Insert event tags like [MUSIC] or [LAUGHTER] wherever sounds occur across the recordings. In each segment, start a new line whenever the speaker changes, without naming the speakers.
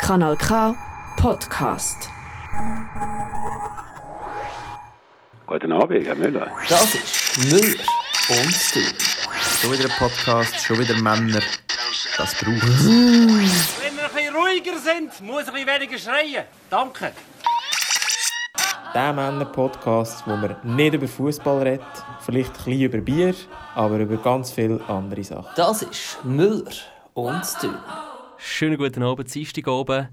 Kanal K Podcast.
Guten Abend, Herr Müller.
Das ist Müller und Stil.
Schon wieder ein Podcast, schon wieder Männer. Das braucht es.
Wenn wir ein bisschen ruhiger sind, muss ein bisschen weniger schreien. Danke.
Der Männer-Podcast, wo man nicht über Fußball redet, vielleicht ein bisschen über Bier, aber über ganz viele andere Sachen. Das ist Müller und Stil.
Schönen guten Abend, Dienstag oben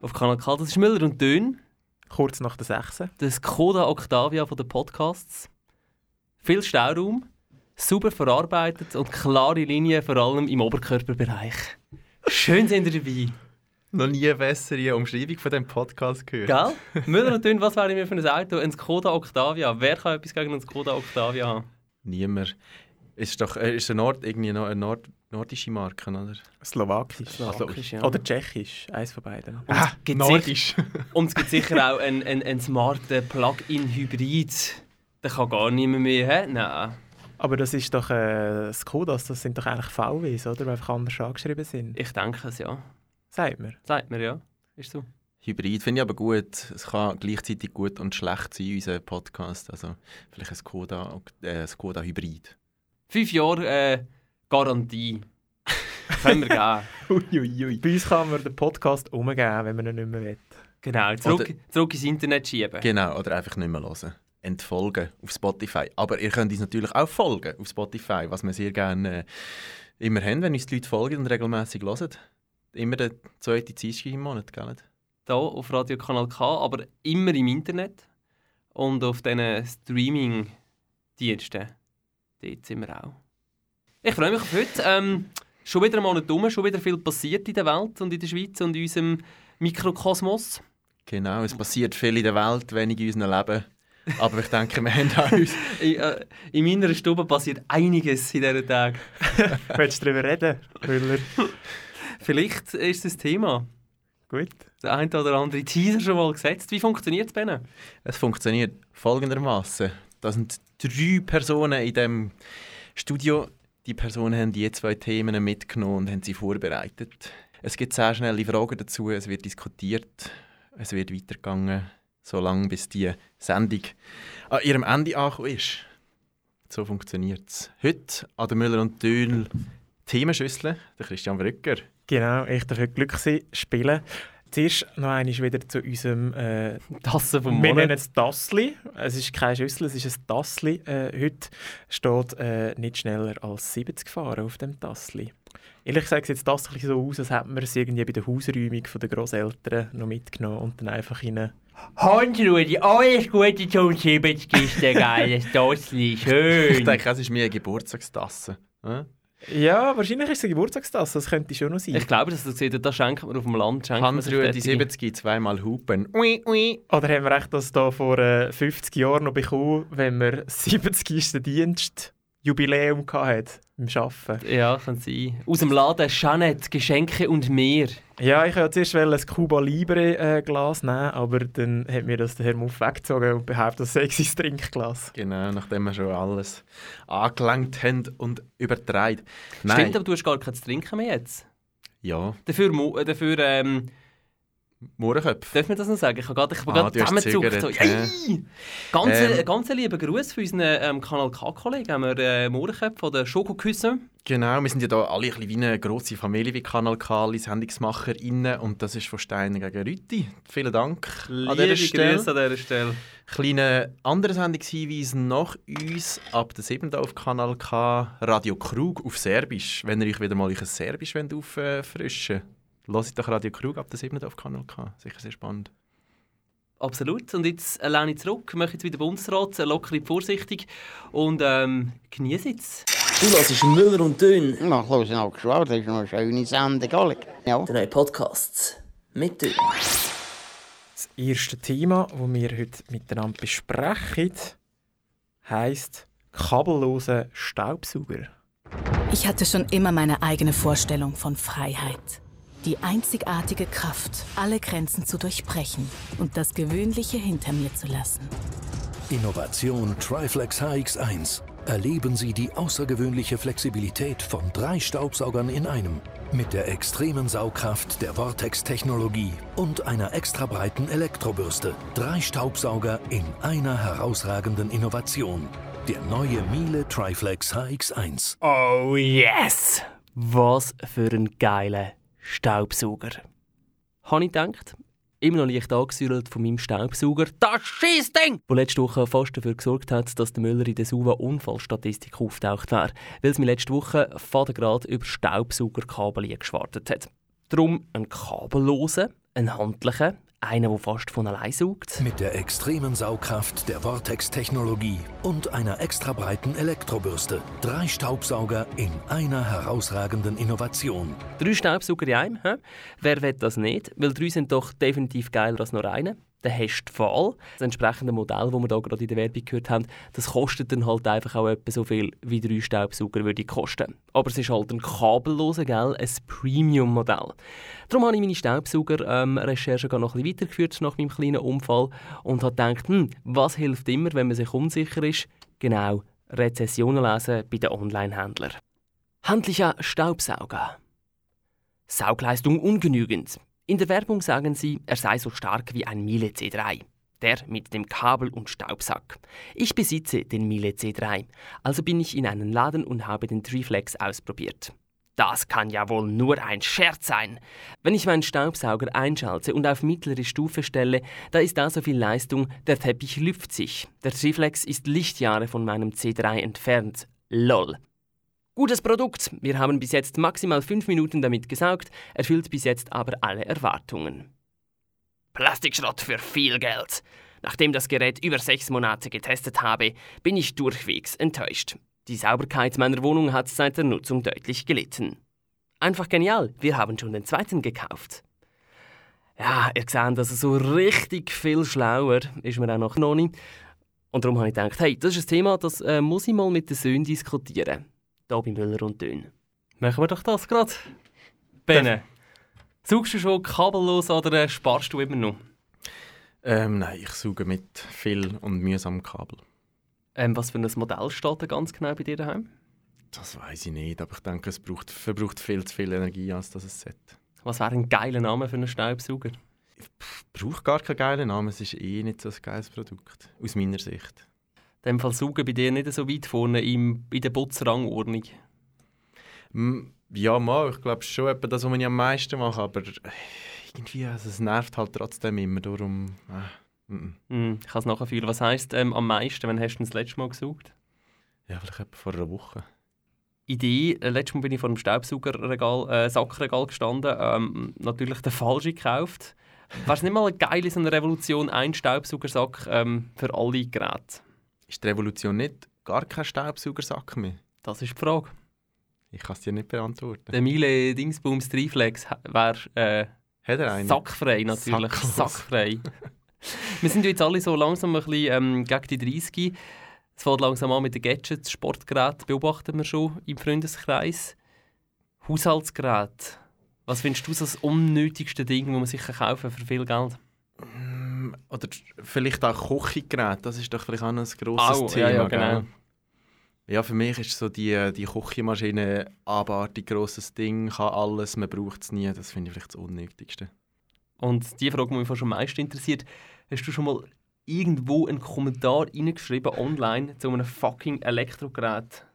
auf Kanal K. Das ist Müller und Dön,
Kurz nach der 6.
das Coda Octavia von den Podcasts. Viel Stauraum, super verarbeitet und klare Linien, vor allem im Oberkörperbereich. Schön sind ihr dabei.
Noch nie eine bessere Umschreibung von diesem Podcast gehört.
Gell? Müller und Dön, was wäre mir für ein Auto? Ein Skoda Octavia. Wer kann etwas gegen einen Skoda Octavia haben?
Niemand. Ist doch äh, ist ein Nord, irgendwie noch eine Nord, nordische Marke, oder?
Slowakisch.
Slowakisch, ja.
Also, Oder Tschechisch, eins von beiden.
Ah,
Gibt
nordisch. [LAUGHS]
Und es gibt sicher auch einen, einen, einen smarten Plug-in-Hybrid. Den kann gar niemand mehr haben. Nein.
Aber das ist doch äh, Skodas, das sind doch eigentlich VWs, oder? Die einfach anders angeschrieben sind.
Ich denke es, ja.
Sagt man.
Sagt mir, ja. Ist so.
Hybrid finde ich aber gut. Es kann gleichzeitig gut und schlecht sein, unser Podcast. Also vielleicht ein Skoda, äh, Skoda Hybrid.
Fünf Jahre äh, Garantie. Können wir geben.
Uiuiui.
Bei uns kann man den Podcast umgeben, wenn man ihn nicht mehr will.
[LAUGHS] Genau, zurück,
Oder-
zurück ins Internet schieben.
Genau, oder einfach nicht mehr hören. Entfolgen auf Spotify. Aber ihr könnt uns natürlich auch folgen auf Spotify, was wir sehr gerne äh, immer haben, wenn uns die Leute folgen und regelmäßig hören. Immer der zweite Dienstag im Monat, gell?
Hier auf Radio Kanal K, aber immer im Internet. Und auf diesen Streaming-Diensten. Dort sind wir auch. Ich freue mich auf heute. Ähm, schon wieder einen Monat um, schon wieder viel passiert in der Welt und in der Schweiz und in unserem Mikrokosmos.
Genau, es passiert viel in der Welt, wenig in unserem Leben. Aber ich denke, wir haben auch uns
In, äh, in meiner Stube passiert einiges in diesen Tagen.
[LAUGHS] Willst du darüber reden, Müller?
Vielleicht ist es ein Thema.
Gut.
Der eine oder andere Teaser schon mal gesetzt. Wie funktioniert es, Benne?
Es funktioniert folgendermaßen. Da sind drei Personen in dem Studio. Die Personen haben je zwei Themen mitgenommen und haben sie vorbereitet. Es gibt sehr schnelle Fragen dazu, es wird diskutiert, es wird weitergegangen, solange bis die Sendung an ihrem Ende angekommen ist. So funktioniert es. Heute an der Müller und Döhl Themenschüssel, der Christian Brücker.
Genau, ich darf heute Glück sein, spielen. Zuerst noch einmal wieder zu unserem äh,
Tasse vom
Wir nennen
Monat.
es Tassli. Es ist kein Schüssel, es ist ein Tassli. Äh, heute steht äh, nicht schneller als 70 fahren auf dem Tassli. Ehrlich gesagt sieht das ein bisschen so aus, als hätten wir es irgendwie bei der Hausräumung von der Großeltern noch mitgenommen und dann einfach rein.
Hans-Rudi, alles Gute zum 70. ist ein geiles
[LAUGHS]
Dossli,
Ich
schön.
denke, es ist mir eine Geburtstagstasse. Äh?
Ja, wahrscheinlich ist es eine Geburtstagstasse, das könnte schon noch sein.
Ich glaube, dass du siehst, da schenkt man auf dem Land. schenkt man sich
Hans-Rudi
solche.
70, zweimal Hupen. Ui, ui.
Oder haben wir echt das da vor äh, 50 Jahren noch bekommen, wenn wir 70. Dienst Jubiläum gehabt im Arbeiten?
Ja, kann sein. Aus dem Laden Jeanette, Geschenke und mehr.
Ja, ich wollte zuerst ein Cuba Libre äh, Glas nehmen, aber dann hat mir das der Herr Muff weggezogen und behauptet, das sei sein Trinkglas.
Genau, nachdem wir schon alles angelangt haben und übertreibt. Nein,
Stimmt, aber du hast gar kein zu trinken mehr jetzt.
ja,
Dafür, mu- äh, dafür ähm,
Mohrenköpfe.
darf man das noch sagen? Ich habe gerade, ich habe
Ah,
gerade
du hast
zusammengezuckt. So,
gezögert, hä?
jei! ganz,
Ähm.
äh, ganz lieben Gruß für unseren ähm, Kanal K-Kollegen, haben wir äh, Mohrenköpfe von der Schokoküsse.
Genau, wir sind ja da alle ein bisschen wie eine grosse Familie, wie Kanal K, alle SendungsmacherInnen und das ist von Steiner gegen Rütti. Vielen Dank an dieser Stelle.
Grüße an dieser Stelle.
Kleiner anderer Sendungshinweis nach uns ab der 7. auf Kanal K Radio Krug auf Serbisch. Wenn ihr euch wieder mal euch ein Serbisch wollt auffrischen wollt, hört doch Radio Krug ab der 7. auf Kanal K. Sicher sehr spannend.
Absolut. Und jetzt lehne ich zurück, mache jetzt wieder Bundesrat, äh, locker und vorsichtig und ähm, genieße jetzt.
Du hörst Müller und Dünn,
Na, ich höre auch geschwört, das ist noch eine schöne Sendung, alle. Ja.
der neue Podcast mit Dünn.
Das erste Thema, das wir heute miteinander besprechen, heisst kabelloser Staubsauger.
Ich hatte schon immer meine eigene Vorstellung von Freiheit. Die einzigartige Kraft, alle Grenzen zu durchbrechen und das Gewöhnliche hinter mir zu lassen.
Innovation Triflex HX1. Erleben Sie die außergewöhnliche Flexibilität von drei Staubsaugern in einem. Mit der extremen Saugkraft der Vortex-Technologie und einer extra breiten Elektrobürste. Drei Staubsauger in einer herausragenden Innovation. Der neue Miele Triflex HX1.
Oh yes! Was für ein geiler Staubsauger. Habe ich gedacht, immer noch leicht angesäuert von meinem Staubsauger, das Schießding, wo letzte Woche fast dafür gesorgt hat, dass der Müller in der Suva-Unfallstatistik auftaucht wäre, weil es mir letzte Woche fadengrad über Staubsaugerkabel geschwartet hat. Drum ein kabelloser, ein handlicher, einer, der fast von allein saugt.
Mit der extremen Saugkraft der Vortex-Technologie und einer extra breiten Elektrobürste. Drei Staubsauger in einer herausragenden Innovation.
Drei Staubsauger in einem, hä? wer will das nicht? Weil drei sind doch definitiv geiler als nur einer. Dann hast du Fall. Das entsprechende Modell, das wir hier gerade in der Werbung gehört haben, das kostet dann halt einfach auch etwa so viel, wie drei Staubsauger würde kosten. Aber es ist halt ein kabelloser, gell? ein Premium-Modell. Darum habe ich meine Staubsauger-Recherche noch ein bisschen weitergeführt nach meinem kleinen Unfall und habe gedacht, hm, was hilft immer, wenn man sich unsicher ist? Genau, Rezessionen lesen bei den Online-Händlern. Handlicher Staubsauger. Saugleistung ungenügend. In der Werbung sagen sie, er sei so stark wie ein Miele C3. Der mit dem Kabel- und Staubsack. Ich besitze den Miele C3, also bin ich in einen Laden und habe den Triflex ausprobiert. Das kann ja wohl nur ein Scherz sein. Wenn ich meinen Staubsauger einschalte und auf mittlere Stufe stelle, da ist da so viel Leistung, der Teppich lüpft sich. Der Triflex ist Lichtjahre von meinem C3 entfernt. LOL. Gutes Produkt. Wir haben bis jetzt maximal 5 Minuten damit gesaugt, erfüllt bis jetzt aber alle Erwartungen. Plastikschrott für viel Geld. Nachdem das Gerät über sechs Monate getestet habe, bin ich durchwegs enttäuscht. Die Sauberkeit meiner Wohnung hat seit der Nutzung deutlich gelitten. Einfach genial, wir haben schon den zweiten gekauft. Ja, ihr seht, also so richtig viel schlauer ist mir auch noch noch nicht. Und darum habe ich gedacht, hey, das ist ein Thema, das äh, muss ich mal mit den Söhnen diskutieren. Da bei Müller und Dünn. Machen wir doch das gerade. Bene, suchst du schon kabellos oder äh, sparst du immer noch?
Ähm, nein, ich sauge mit viel und mühsam Kabel.
Ähm, was für ein Modell steht da ganz genau bei dir daheim?
Das weiß ich nicht, aber ich denke, es braucht, verbraucht viel zu viel Energie, als dass es sollte.
Was wäre ein geiler Name für einen Staubsauger?
Braucht gar keinen geilen Namen, es ist eh nicht so ein geiles Produkt, aus meiner Sicht.
In dem Fall saugen bei dir nicht so weit vorne im, in der Putzrangordnung.
M- Ja, mal, ich glaube schon etwa das, was man am meisten macht, aber äh, irgendwie, also, es nervt halt trotzdem immer, darum... Äh, mm.
Hm, ich kann es nachfühlen. Was heisst ähm, am meisten? Wann hast du denn das letzte Mal gesaugt?
Ja, vielleicht etwa vor einer Woche.
Idee, äh, letztes Mal bin ich vor dem Staubsaugerregal, äh, Sackregal gestanden, ähm, natürlich den falschen gekauft. Wäre es nicht mal geil, in so einer Revolution ein Staubsaugersack ähm, für alle Geräte?
Ist die Revolution nicht gar kein Staubsaugersack mehr?
Das ist die Frage.
Ich kann es dir nicht beantworten.
Der Miele Dingsbums Triflex wäre äh,
Hat er einen?
sackfrei natürlich.
Sacklos.
Sackfrei. Wir sind ja jetzt alle so langsam ein bisschen ähm, gegen die 30. Es fängt langsam an mit den Gadgets, Sportgeräten beobachten wir schon im Freundeskreis. Haushaltsgeräte. Was findest du so das unnötigste Ding, das man sich kann kaufen für viel Geld?
Mm, Oder vielleicht auch Kochgeräte, das ist doch vielleicht auch noch ein grosses
Au, ja,
Thema.
ja, genau.
gell? Ja, für mich ist so die, die Küchenmaschine ein abartig grosses Ding, kann alles, man braucht es nie. Das finde ich vielleicht das Unnötigste.
Und die Frage, die mich fast am meisten interessiert, hast du schon mal irgendwo einen Kommentar reingeschrieben online zu einem fucking Elektrogerät?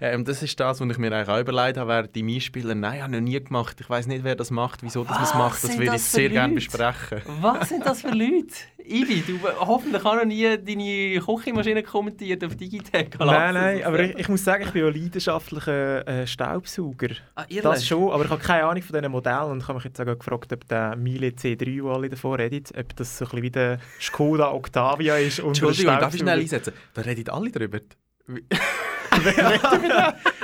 Ähm, das ist das, was ich mir eigentlich auch überlegt habe, während die Einspieler. Nein, habe ich noch nie gemacht. Ich weiß nicht, wer das macht, wieso das man es
Was
macht. Das
sind
würde ich
das für
sehr
Leute?
gerne besprechen.
Was sind das für Leute? Ivi, du hoffentlich hast noch nie deine Küchenmaschine kommentiert auf Digitech.
Nein, nein, aber ich, ich muss sagen, ich bin ja leidenschaftlicher äh, Staubsauger.
Ah, ehrlich?
das schon, aber ich habe keine Ahnung von diesen Modellen und ich habe mich jetzt sogar gefragt, ob der Miele C3, wo alle davon reden, ob das so ein bisschen wie der Skoda Octavia ist. und
Entschuldigung, darf ich schnell einsetzen? Da reden alle drüber.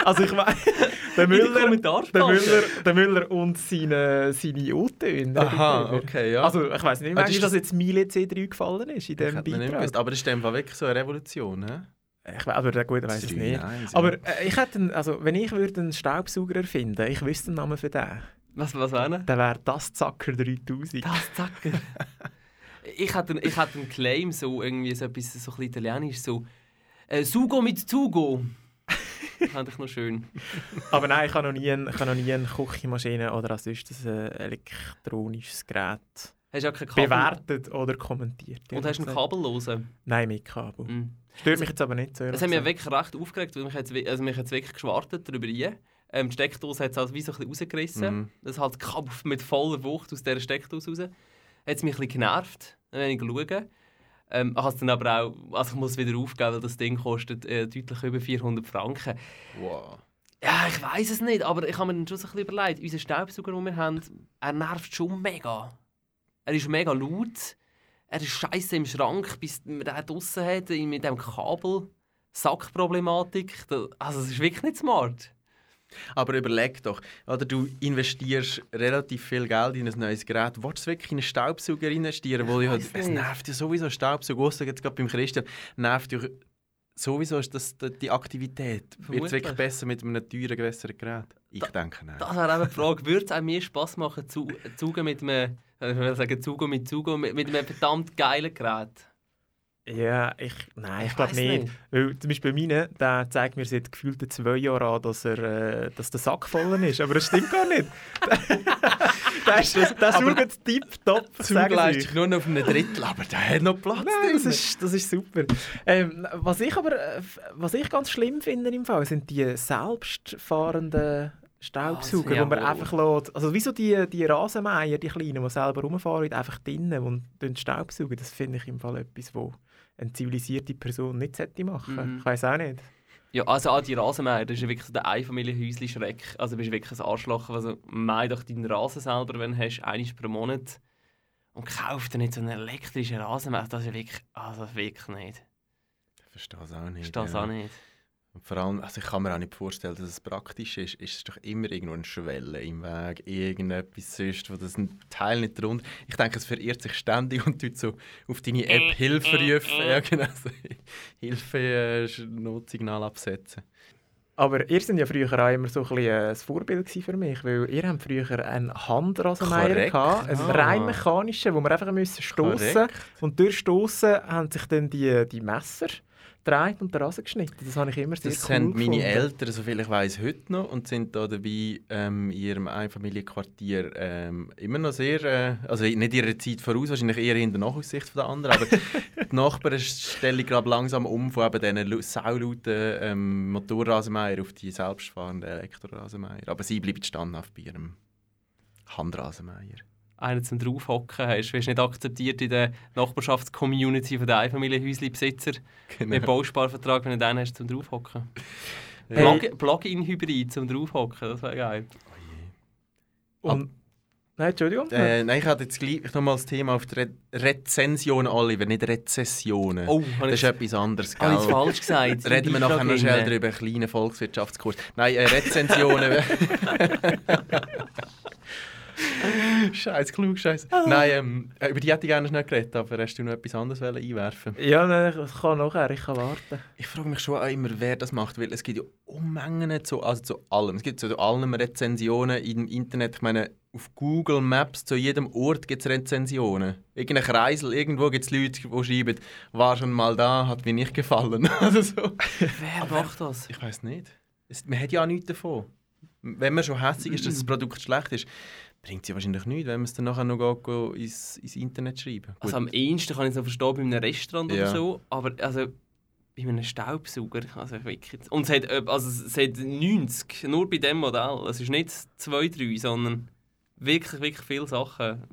Also ich
[LAUGHS]
meine, der
In der
Müller, der
Kommentarspalte.
Müller, der Müller und seine, seine O-Töne.
Aha, [LAUGHS]
reden drüber.
okay, ja.
Also ich weiß nicht,
Ah,
wie
das
ist
ist-
das jetzt Miele C3 gefallen ist in
Ich
diesem
hätte noch nicht gewusst.
Beitrag.
Aber das ist in dem Fall wirklich so eine Revolution. He?
Ich, we- aber der Gute weiß es
C3,
nicht.
nein, sie-
aber äh, ich hätte, einen- also, wenn ich würde einen Staubsauger erfinden ich wüsste den Namen für den.
Was, was wäre denn?
Dann wäre das Zacker 3000.
[LAUGHS]
Das Zacker. ich hatte ich hatte einen Claim, so irgendwie so etwas so ein bisschen italienisch, so äh, Sugo mit eh, Zugo. Fand ich noch schön.
Aber nein, ich habe noch nie, ein- ich habe noch nie eine Küchenmaschine oder als sonst ein äh, elektronisches Gerät
Hast du auch kein Kabel?
bewertet oder kommentiert.
Und hast du einen
ehrlich
kabellosen?
gesagt. Nein, mit Kabel.
Mhm.
Stört mich jetzt aber nicht so.
Das
ehrlich
hat mich
gesagt.
wirklich recht aufgeregt, weil mich jetzt, wi- also mich jetzt wirklich geschwartet darüber rein. Ähm, die Steckdose hat es halt wie so ein bisschen rausgerissen.
Mhm.
Das halt kapf mit voller Wucht aus dieser Steckdose raus. Hat es mich ein bisschen genervt, wenn ich schaue. Ähm, ich habe es dann aber auch, also ich muss es wieder aufgeben, weil das Ding kostet äh, deutlich über 400 Franken.
Wow.
Ja, ich weiß es nicht, aber ich habe mir dann schon so ein bisschen überlegt, unser Staubsauger, den wir haben, er nervt schon mega. Er ist mega laut, er ist scheiße im Schrank, bis man den draussen hat, mit dem Kabel. Sackproblematik, da- also es ist wirklich nicht smart.
Aber überleg doch, oder du investierst relativ viel Geld in ein neues Gerät. Willst du wirklich in einen Staubsauger investieren? Weil ja,
weiss
es
nicht.
nervt ja sowieso Staubsauger. Ausser jetzt gerade beim Christian nervt ja sowieso ist das, die die Aktivität. Wird
Vermutlich.
es wirklich besser mit einem teuren, besseren Gerät? Ich denke nein.
Das wäre eben die Frage, würde es auch mir Spass machen, zu zugen mit einem, äh, ich würde sagen, zugen mit zugen mit, mit einem verdammt geilen Gerät?
Ja, ich, nein, ich,
Ich
glaube
weiss
nicht.
nicht.
Weil zum Beispiel meiner, der zeigt mir seit gefühlten zwei Jahren an, dass, er, äh, dass der Sack gefallen ist. Aber das stimmt gar nicht. [LAUGHS] der ist, das, das
aber-
schaut jetzt tipptopp, sagen
Zugleist
sie.
nur noch auf einem Drittel, aber der hat noch Platz.
Nein, das
drin.
ist, das ist super. Ähm, was ich aber äh, f- was ich ganz schlimm finde im Fall, sind die selbstfahrenden Staubsauger,
Also,
wo man
jawohl.
einfach lässt, also wieso die, die Rasenmäher, die kleinen, die selber rumfahren, einfach drinnen und den Staubsaugen, das finde ich im Fall etwas, wo eine zivilisierte Person nicht sollte machen.
Mhm.
Ich weiß auch nicht.
Ja, also auch die Rasenmäher, das ist ja wirklich so der Einfamilienhäusli-Schreck. Also du bist wirklich ein Arschloch, also mäh doch deinen Rasen selber, wenn du hast, einmal pro Monat. Und kauf dir nicht so einen elektrischen Rasenmäher, das ist ja wirklich, also wirklich nicht.
Ich verstehe es auch nicht.
Verstehe es auch nicht.
Und vor allem, also ich kann mir auch nicht vorstellen, dass es praktisch ist. Ist es doch immer irgendwo eine Schwelle im Weg, irgendetwas sonst, wo das ein Teil nicht rund. Ich denke, es verirrt sich ständig und tut so auf deine App Hilferufe, ja genau, so [LAUGHS] Hilfe, äh, Sch- Notsignal absetzen.
Aber ihr sind ja früher auch immer so ein, bisschen, äh, ein Vorbild gewesen für mich, weil ihr habt früher einen Handrasenmäher
Korrekt.
gehabt, einen
Ah.
rein mechanischen, wo man einfach müssen stoßen
Korrekt.
und durch stoßen haben sich dann die, die Messer gedreht und den Rasen geschnitten. Das habe ich immer sehr
Das
cool
haben meine
gefunden.
Eltern, soviel ich weiß, heute noch und sind da dabei ähm, in ihrem Einfamilienquartier ähm, immer noch sehr, äh, also nicht ihrer Zeit voraus, wahrscheinlich eher in der Nachaussicht von der
[LAUGHS]
anderen, aber die Nachbarn stellen gerade langsam um von eben diesen lu- saulauten ähm, Motorrasenmäher auf die selbstfahrenden Elektrorasenmäher. Aber sie bleiben standhaft bei ihrem Handrasenmäher. [LAUGHS]
Einen zum draufhocken hast, wirst nicht akzeptiert in der Nachbarschaftscommunity von der Einfamilienhäusli-Besitzer.
[LAUGHS] Genau.
Mit Bausparvertrag, wenn du den hast, zum draufhocken.
Hey.
Plug- Plug-in-Hybrid zum draufhocken, das wäre geil.
Und, nein, Entschuldigung.
Äh, nein, ich hatte jetzt gleich nochmal das Thema auf die Re Rezension, Oliver, nicht Rezessionen.
Oh, hab
das ist
ich-
etwas anderes,
hab ich falsch gesagt?
Reden wir
Im
nachher noch
Beitrag
schnell
drin.
darüber, kleinen Volkswirtschaftskurs. Nein, äh, [LAUGHS] Rezensionen. Scheiß klug, scheiß. Nein, ähm, äh, über die hätte ich gerne schnell geredet, aber hast du noch etwas anderes wollen einwerfen
Ja, nein, ich kann nachher, ich kann warten.
ich frage mich schon auch immer, wer das macht, weil es gibt ja Unmengen zu, also zu allem. Es gibt zu allem Rezensionen im Internet. Ich meine, auf Google Maps zu jedem Ort gibt es Rezensionen. Irgendein Kreisel, irgendwo gibt es Leute, die schreiben, war schon mal da, hat mir nicht gefallen. [LAUGHS] Also so.
Wer macht das?
Ich weiß nicht. Es, man hat ja auch nichts davon. Wenn man schon hässlich ist, dass das Produkt schlecht ist, bringt es ja wahrscheinlich nichts, wenn man es dann nachher noch geht, go ins, ins Internet schreiben.
Also
Gut.
E-
am ehesten kann ich es noch verstehen bei einem Restaurant
Ja.
oder so, aber also bei einem Staubsauger, also wirklich. Und es hat, etwa- also es hat 90, nur bei dem Modell. Es ist nicht zwei, drei, sondern wirklich, wirklich viele Sachen.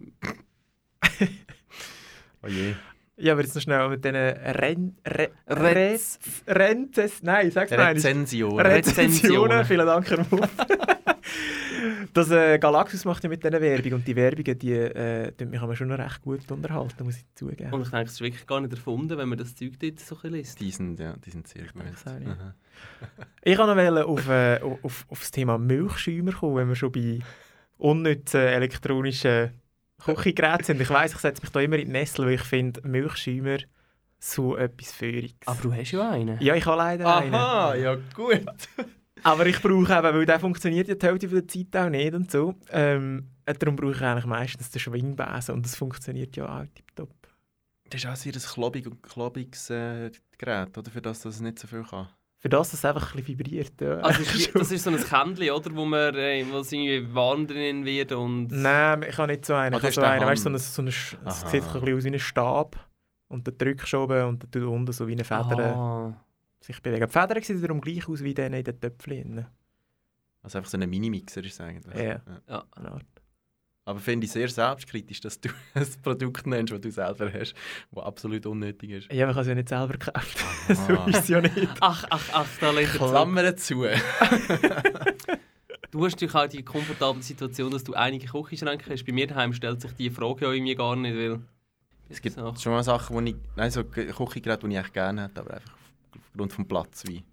Oh je.
Ja, aber jetzt noch schnell mit diesen Ren... Re,
Rez-
Re- Rentes... Nein, sag's mal eines.
Rezensionen.
Rezensionen. [LAUGHS] Vielen Dank, Herr Muff. das äh, Galaxus macht ja mit diesen Werbung und die Werbungen, die äh, tun mich aber schon noch recht gut unterhalten, muss ich zugeben.
Und ich denke, es ist wirklich gar nicht erfunden, wenn man das Zeug dort so ein bisschen liest.
Die sind, ja, die sind sehr gut.
auch nicht.
Aha.
Ich wollte noch wollen auf, äh, auf, auf das Thema Milchschäumer kommen, wenn wir schon bei unnützen elektronischen Küchengeräten sind. Ich weiss, ich setze mich da immer in den Nessel, weil ich finde Milchschäumer so etwas Feuriges.
Aber du hast ja einen.
Ja, ich habe leider einen.
Aha, ja gut.
Aber ich brauche eben, weil der funktioniert ja die Hälfte von der Zeit auch nicht und so. Ähm, äh, darum brauche ich eigentlich meistens den Schwingbesen und das funktioniert ja auch tipptopp.
Das ist auch sehr ein klobig, klobiges äh, Gerät, oder? Für das, dass es nicht so viel kann.
Für das, dass es einfach ein bisschen vibriert. Ja.
Also ist
[LAUGHS]
wie- das ist so ein Kändchen, oder? Wo man äh, wo es irgendwie warm drin wird und...
Nein, ich habe nicht so einen.
Ah, du hast
Ich habe so
den
einen, weißt du,
Hand.
so einen, so einen, es
Aha.
sieht so ein bisschen aus wie ein Stab. Und dann drückst du oben und dann tut unten so wie eine Feder
Ah.
sich bewegen. Die Federn sehen darum gleich aus wie die in den Töpfchen. drin.
Also einfach so ein Minimixer ist es eigentlich.
Ja.
Ja.
Aber finde ich sehr selbstkritisch, dass du [LAUGHS] ein Produkt nennst, das du selber hast, das absolut unnötig ist.
Ja, aber ich habe es ja nicht selber gekauft. [LAUGHS]
Ah.
so ist es ja nicht.
Ach, ach, ach, da legt er zu.
[LAUGHS]
Klammer zu.
Du hast natürlich auch die komfortable Situation, dass du einige Küchenschränke hast. Bei mir daheim stellt sich die Frage ja irgendwie gar nicht, weil...
Es gibt schon mal Sachen, wo ich, nein, so K- Küchengeräte, die ich eigentlich gerne hätte, aber einfach auf- aufgrund vom Platz wie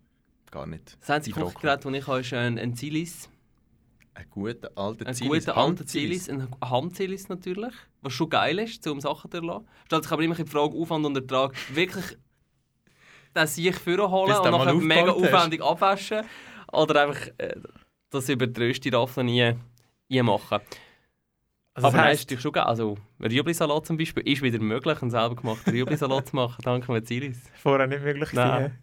gar nicht.
Das einzige
in Frage
Kochgerät, das ich habe, ist ein, ein Zilis.
kommt. Ein guter alter
Ein
Zilis,
guter alter
Handzilis.
Zilis, ein Handzilis natürlich. Was schon geil ist, um Sachen zu erlassen. Stellt sich aber immer die Frage, Aufwand und Ertrag. Wirklich, das sich vorholen
Bis
und
du den
nachher
mal
mega
aufgebaut hast.
aufwendig abwaschen. Oder einfach äh, das über die Rösti Raffen nie, nie machen.
Also das
aber nein,
heisst-
ist natürlich schon geil. Also, Rüblisalat zum Beispiel ist wieder möglich, einen selber gemachten Rüblisalat zu machen. Danke, dem Zilis.
Vorher nicht möglich
Nein.
sein.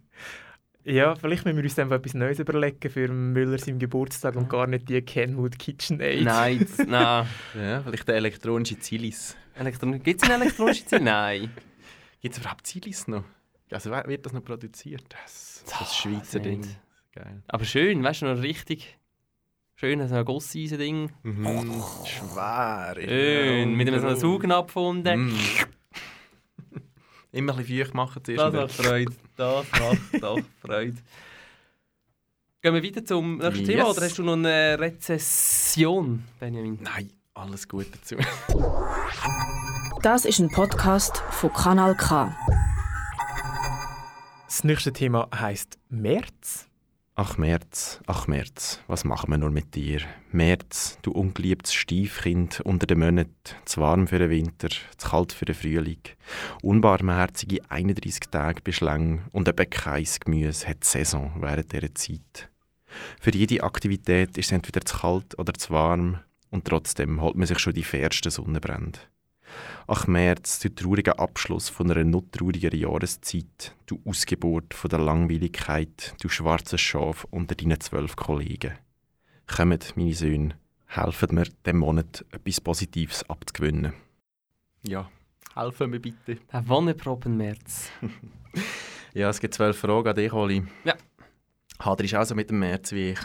Ja, vielleicht müssen wir uns einfach etwas Neues überlegen für Müller seinen Geburtstag und gar nicht die Kenwood KitchenAid.
Nein, das- nein.
Ja, vielleicht der elektronische Zilis.
Elektron Gibt es eine elektronische Zilis? Nein.
Gibt es überhaupt Zilis noch? Also wer- wird das noch produziert? Das,
Ah,
das
weiß
Schweizer
nicht.
Ding. Geil.
Aber schön, weißt du, noch richtig schön, so ein Gosseisen-Ding.
Mhm. Schwer.
Schön, mit einem so einem Saugnapf unten.
Mm. [LAUGHS] Immer ein bisschen Feuch machen zuerst.
Das macht Freude. Das macht doch Freude. Gehen wir weiter zum nächsten Thema
Yes.
oder hast du noch eine Rezession, Benjamin?
Nein, alles gut dazu.
Das ist ein Podcast von Kanal K.
Das nächste Thema heisst März.
Ach März, ach März, was machen wir nur mit dir? März, du ungeliebtes Stiefkind unter den Monaten, zu warm für den Winter, zu kalt für den Frühling. Unbarmherzige 31 Tage Beschläng und eben kein Gemüse hat die Saison während dieser Zeit. Für jede Aktivität ist es entweder zu kalt oder zu warm und trotzdem holt man sich schon die fährsten Sonnenbrände. Ach März, der traurige Abschluss von einer noch traurigeren Jahreszeit, du Ausgeburt von der Langweiligkeit, du schwarzes Schaf unter deinen zwölf Kollegen. Kommt, meine Söhne, helfen mir, dem Monat etwas Positives abzugewinnen. Ja, helfen mir bitte.
Der Wonneproppen-März.
Ja, es gibt zwölf Fragen an dich, Oli.
Ja.
Hader ist auch so mit dem März wie ich.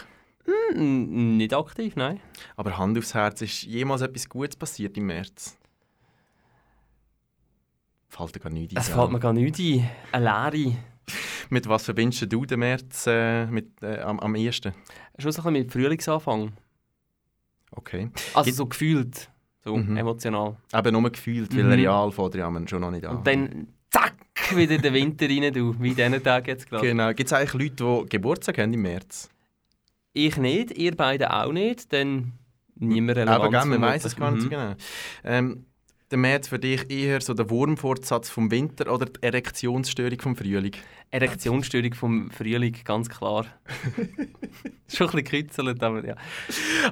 Mm, Nicht aktiv, nein.
Aber Hand aufs Herz, ist jemals etwas Gutes passiert im März? Fällt dir gar nichts ein.
Es fällt mir gar nichts ein. Eine Leere.
Mit was verbindest du den März äh, mit, äh, am, am ehesten?
Schon so ein bisschen mit Frühlingsanfang.
Okay.
Also so gefühlt, so
Mhm.
emotional.
Eben nur gefühlt, weil
Mhm.
real fährt ja man schon noch nicht an.
Und dann [LAUGHS] zack, wieder der Winter rein, du, wie diesen Tag jetzt gerade.
[LAUGHS] genau. Gibt es eigentlich Leute, die Geburtstag haben im März?
Ich nicht, ihr beide auch nicht, dann niemand relevant.
Aber gell, man weiß es gar nicht so
Mhm.
genau. Ähm, der März für dich eher so der Wurmfortsatz vom Winter oder die Erektionsstörung vom Frühling?
Mhm. Erektionsstörung vom Frühling, ganz
[LAUGHS]
klar. Schon ein bisschen gekützelt, aber ja.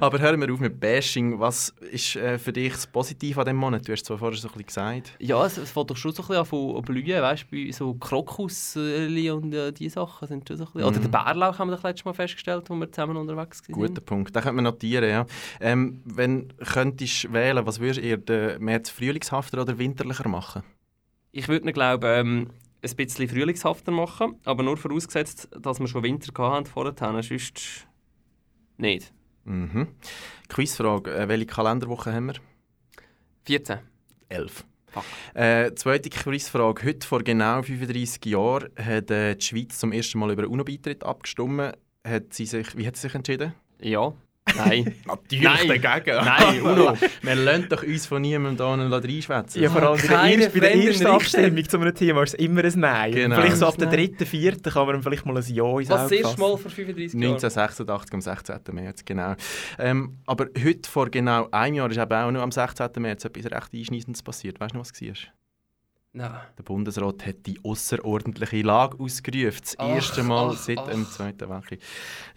Aber hören wir auf mit Bashing. Was ist äh, für dich das Positive an diesem Monat? Du hast es zwar vorher so ein bisschen gesagt.
Ja, es, es fängt doch schon so ein bisschen an von blühen, weißt du, bei so Krokus äh, und äh, diese Sachen sind schon so ein bisschen... Oder
Mhm.
der Bärlauch haben wir das letzte Mal festgestellt, als wir zusammen unterwegs waren.
Guter Punkt. Da könnte man notieren, ja. Ähm, wenn könntest wählen, was würdest du eher den März frühlingshafter oder winterlicher machen?
Ich würde ihn, glaube ähm, ein bisschen frühlingshafter machen, aber nur vorausgesetzt, dass wir schon Winter gehabt haben vorher, sonst nicht.
Mhm. Quizfrage: äh, Welche Kalenderwoche haben wir?
14.
11. Äh, zweite Quizfrage. Heute vor genau 35 Jahren hat äh, die Schweiz zum ersten Mal über einen UNO-Beitritt abgestimmt. Hat sie sich, wie hat sie sich entschieden?
Ja. Nein.
Natürlich
Nein.
dagegen.
Nein, UNO.
Wir lassen doch uns von niemandem hier noch reinschwätzen.
Ja, vor allem bei der, ersten- bei der ersten Abstimmung zu einem Thema ist es immer ein Nein.
Genau.
Vielleicht so ab der
Nein.
dritten, vierten kann man ihm vielleicht mal ein Ja ins
Was
Auge
zuerst
fassen.
mal vor 35 Jahren?
1986 am 16. März, genau. Ähm, aber heute vor genau einem Jahr ist eben auch nur am 16. März etwas recht Einschneidendes passiert. Weißt du noch, was es war?
Nein.
Der Bundesrat hat die außerordentliche Lage ausgerufen. Das
Ach,
erste Mal
ach,
seit
ach.
dem Zweiten Weltkrieg.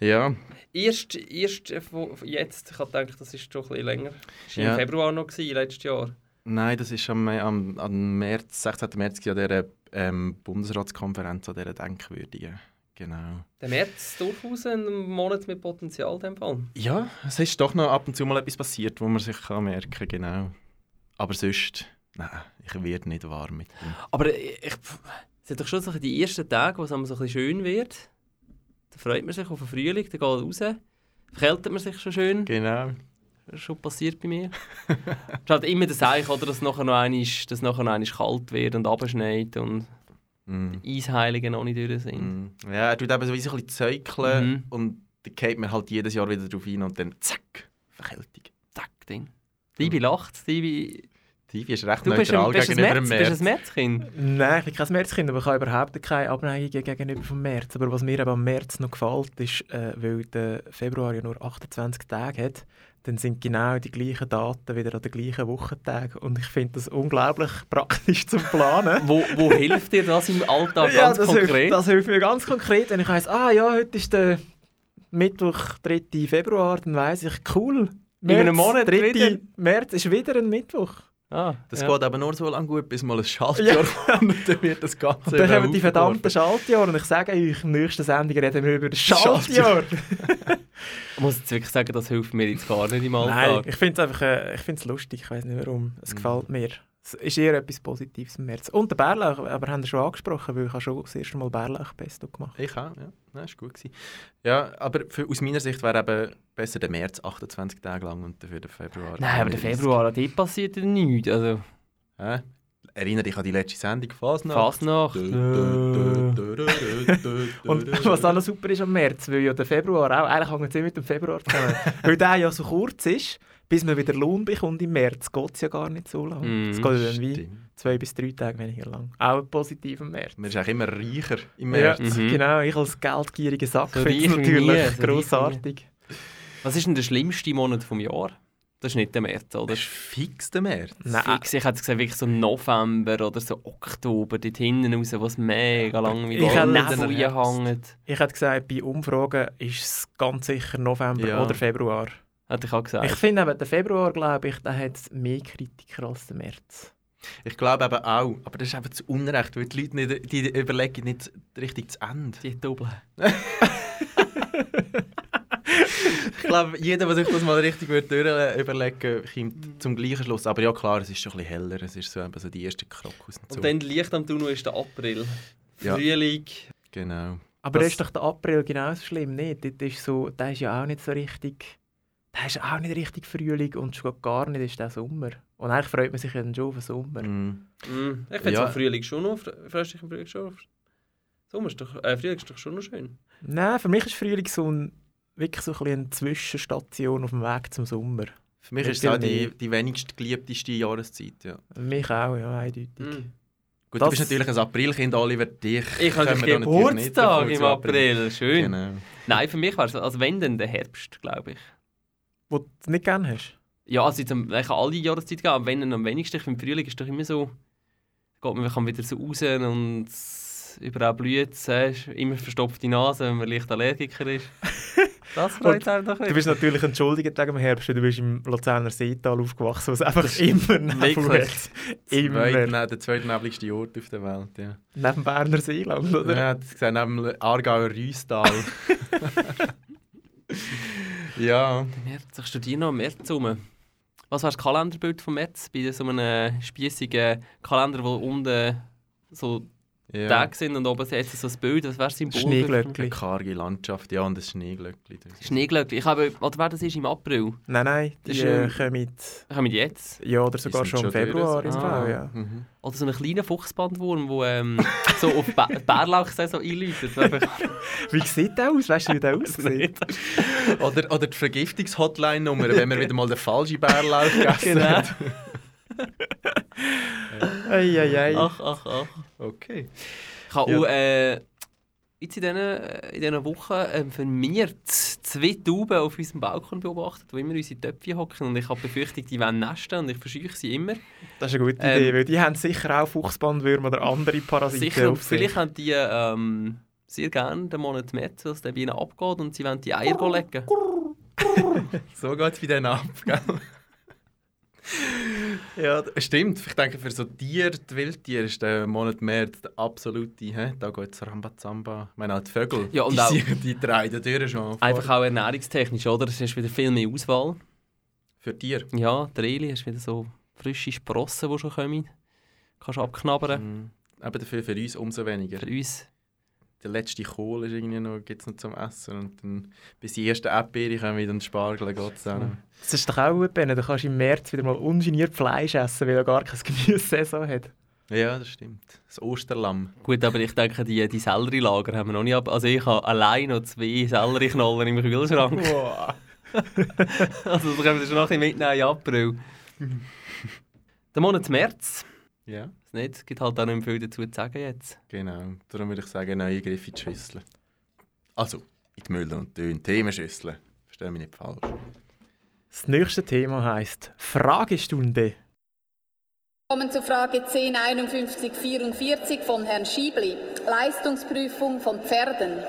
Ja,
Erst, erst äh, von- von jetzt, ich habe gedacht, das ist schon ein bisschen länger. Das war
Ja.
im Februar noch, gewesen, letztes Jahr.
nein, das ist am, äh, am, am März, 16. März an dieser ähm, Bundesratskonferenz, an dieser denkwürdigen. Genau.
Der März durchaus ein Monat mit Potenzial in dem Fall.
Ja, es ist doch noch ab und zu mal etwas passiert, wo man sich kann merken kann, genau. Aber sonst, nein, ich werde nicht warm mit dem.
Aber ich, ich- pff, es sind doch schon so die ersten Tage, wo es einmal so ein bisschen schön wird. Da freut man sich auf den Frühling, dann geht raus, verkältet man sich schon schön.
Genau.
Das ist schon passiert bei mir. es ist halt immer das Zeichen, oder, dass nachher noch einmal, dass nachher noch einmal kalt wird und abschneit und die Eisheiligen noch nicht durch sind.
Mhm. Ja, er tut eben so wie so ein bisschen zäukeln
Mhm.
und dann geht man halt jedes Jahr wieder drauf hin und dann zack, Verkältung.
Zack, Ding. Tibi lacht, Tibi...
Tibi ist recht
Du bist
neutral
ein- bist ein
gegenüber
Merz-
dem März.
bist ein Märzchen?
Nein, ich bin kein Märzchen, aber ich habe überhaupt keine Abneigung gegenüber dem März. Aber was mir eben am März noch gefällt, ist, äh, weil der Februar ja nur 28 Tage hat, dann sind genau die gleichen Daten wieder an den gleichen Wochentagen. Und ich finde das unglaublich praktisch zum Planen.
wo,
[LAUGHS]
wo hilft dir das im Alltag
ja,
ganz
das
konkret?
Hilft, das hilft mir ganz konkret, wenn ich weiss, ah ja, heute ist der Mittwoch, 3. Februar, dann weiss ich, cool.
In einem Monat
3.
wieder.
März ist wieder ein Mittwoch.
Ah,
Das
ja. [LAUGHS]
geht aber nur so lange gut, bis mal ein Schaltjahr kommt und dann wird das Ganze
Und dann
wieder
haben wir die
aufgeworfen.
verdammten Schaltjahre und ich sage euch, im nächsten Sendung reden wir über das
Schaltjahr.
Schaltjahr.
Ich muss jetzt wirklich sagen, das hilft mir jetzt gar nicht im
Nein,
Alltag.
ich finde es einfach äh, ich find's lustig, ich weiß nicht warum. Es gefällt mir. Es ist eher etwas Positives im März. Und der Bärlauch, aber haben wir schon angesprochen, weil ich habe schon das erste Mal Bärlauch-Pesto gemacht
Ich auch, ja. Nein, ist gut gewesen. Ja, aber für, aus meiner Sicht wäre eben besser der März 28 Tage lang und dafür der Februar.
Nein, aber der
31.
Februar, an dort passiert ja nichts. Also.
Hä? Erinnere dich an die letzte Sendung, Fasnacht.
Fasnacht. Äh.
[LAUGHS]
Und
Und
was auch noch super ist am März, weil ja der Februar auch, eigentlich hängt es immer mit dem Februar zusammen, weil der ja so kurz ist, bis man wieder Lohn bekommt im März, geht es ja gar nicht so lang.
Mhm,
Es geht ja dann wie zwei bis drei Tage weniger lang. Auch positiv im März.
Man ist eigentlich immer reicher im März.
Ja, Genau, ich als geldgieriger Sack
Mhm. So
finde
reich
es
wie nie, so
natürlich
reich wie nie.
grossartig.
Was ist denn der schlimmste Monat vom Jahr? Das ist nicht der März, oder? Das ist
fix der März.
Nein. Fix. Ich hätte gesagt, wirklich so November oder so Oktober, dort hinten raus, wo es mega lang mit
Ich hätte-
Nebel hängt.
Ich hätte gesagt, bei Umfragen ist es ganz sicher November
Ja.
oder Februar.
Hätte ich auch gesagt.
Ich finde eben, der Februar, glaube ich, da hat es mehr Kritiker als der März.
Ich glaube eben auch, aber das ist eben zu Unrecht, weil die Leute nicht, die überlegen nicht richtig zu Ende.
Die [LAUGHS] doppeln.
ich glaube, jeder, der sich das mal richtig wird durch äh, überlegen kommt zum gleichen Schluss. Aber ja, klar, es ist schon ein bisschen heller, es ist so, eben so die erste Krokus und so.
Und dann Licht am Tunnel ist der April.
Ja.
Frühling.
Genau.
Aber
Das-
ist doch der April genauso schlimm, nicht? Dort ist so, der ist ja auch nicht so richtig, der ist auch nicht richtig Frühling und schon gar nicht ist der Sommer. Und eigentlich freut man sich ja dann schon auf den Sommer.
Mm. Ich finde
Ja.
ja. Frühling schon noch. fre- Freust du dich im Frühling schon? auf- Sommer ist doch, äh, Frühling ist doch schon noch schön.
Nein, für mich ist Frühling so ein, wirklich so ein bisschen eine Zwischenstation auf dem Weg zum Sommer.
Für mich
Nicht
ist es auch
viel
die, die wenigst geliebteste Jahreszeit. Ja.
mehr. Mich auch, ja, eindeutig.
Mhm.
Gut,
Das-
du bist natürlich ein Aprilkind, Oliver, dich.
Mm. Ich habe
können wir da natürlich nicht
Geburtstag
davon
im
zu
April. Schön.
Genau.
Nein, für mich wäre es, also wenn dann der Herbst, glaube ich.
Wo du es nicht [LAUGHS] gerne hast.
Ja, also jetzt, am- ich kann alle Jahreszeiten gehen, aber wenn dann am wenigsten. Ich finde, Frühling ist doch immer so, geht man, man kann wieder so raus und überall blüht es, äh, ist immer verstopfte Nase, wenn man leicht Allergiker
[LAUGHS]
ist. Das freut
Und
einem doch
Du bist natürlich entschuldigt wegen dem Herbst, weil du bist im Luzerner Seetal aufgewachsen, wo es einfach immer Nebel hat.
Zweit-
Immer.
nein, der zweitnebligste Ort auf der Welt, ja.
Neben Berner Seeland, oder?
Ja, das gesagt, neben dem Aargauer Reustal. [LAUGHS] ja.
März, ich studiere noch im März rum. Was wäre das Kalenderbild vom März? Bei so einem äh, spießigen Kalender, wo unten so
Ja.
Tage sind und oben ist so ein Bild. Was wäre das Symbol?
Eine karge Landschaft, ja, und ein Schneeglöckli. Das-
Schneeglöckchen. Ich habe, oder wäre das ist im April?
Nein, nein, die
Das ist,
äh,
ähm,
kommen
Kommen jetzt?
Ja, oder sogar
Die sind
schon im
schon
Februar
durch,
ins
so.
Fall,
Ah.
ja.
Mhm.
Oder so einen kleinen Fuchsbandwurm, der ähm, so auf Bär [LAUGHS] Bärlauchsaison einläutet.
Wie sieht der aus?
[LAUGHS]
Weißt du, wie der aussieht?
Oder, oder die Vergiftungs-Hotline-Nummer, wenn man wieder mal den falschen
[LAUGHS]
Bärlauch gegessen
Genau.
hat.
ei, ei, ei.
Ach, ach, ach.
Okay.
Ich habe
Ja.
auch, äh, jetzt in diesen, äh, in diesen Wochen ähm, vermehrt zwei Tauben auf unserem Balkon beobachtet, die immer in unsere Töpfe hocken. Und ich habe befürchtet, die wollen nesten und ich verscheuche sie immer.
Das ist eine gute
Ähm,
ehm,
Idee, weil die haben sicher auch Fuchsbandwürmer oder andere
Also
Parasiten
Sicher, und
auf sich.
vielleicht haben die ähm, sehr gerne den Monat März, dass der bei ihnen abgeht und sie wollen die Eier lecken.
So geht es bei denen ab, gell? Ja, d- stimmt. Ich denke, für so Tier, die Wildtiere, ist der Monat März der absolute. He? Da geht es Rambazamba. Ich meine, auch die Vögel.
Ja, und
die,
auch-
sind- die treiben die Türen schon.
Einfach auch ernährungstechnisch, oder? Es ist wieder viel mehr Auswahl.
Für Tiere?
Ja, Drehli hast wieder so frische Sprossen, die schon kommen. Kannst abknabbern.
Aber Mhm. dafür für uns umso weniger.
Für uns.
Der letzte Kohl ist irgendwie noch, gibt's noch zum Essen. Und dann, bis die ersten Erdbeere kommen, dann Spargel geht zusammen.
Das ist doch auch eben, du kannst im März wieder mal ungeniert Fleisch essen, weil er gar keine Gemüsesaison hat.
Ja, das stimmt. Das Osterlamm.
Gut, aber ich denke, die, die Sellerilager haben wir noch nicht ab. Also ich habe allein noch zwei Selleriknollen im Kühlschrank.
Wow.
[LAUGHS] also das können wir schon noch ein bisschen mitnehmen in April. Der Monat März.
Ja.
Ist Nicht, es gibt halt auch nicht mehr viel dazu zu sagen jetzt.
Genau. Darum würde ich sagen, neue Griffe in die Schüssel. Also, in die Müller und Töne. Themenschüssel. Verstehe mich nicht falsch.
Das nächste Thema heisst Fragestunde.
Kommen zu Frage 10 51 44 von Herrn Schiebli. Leistungsprüfung von Pferden.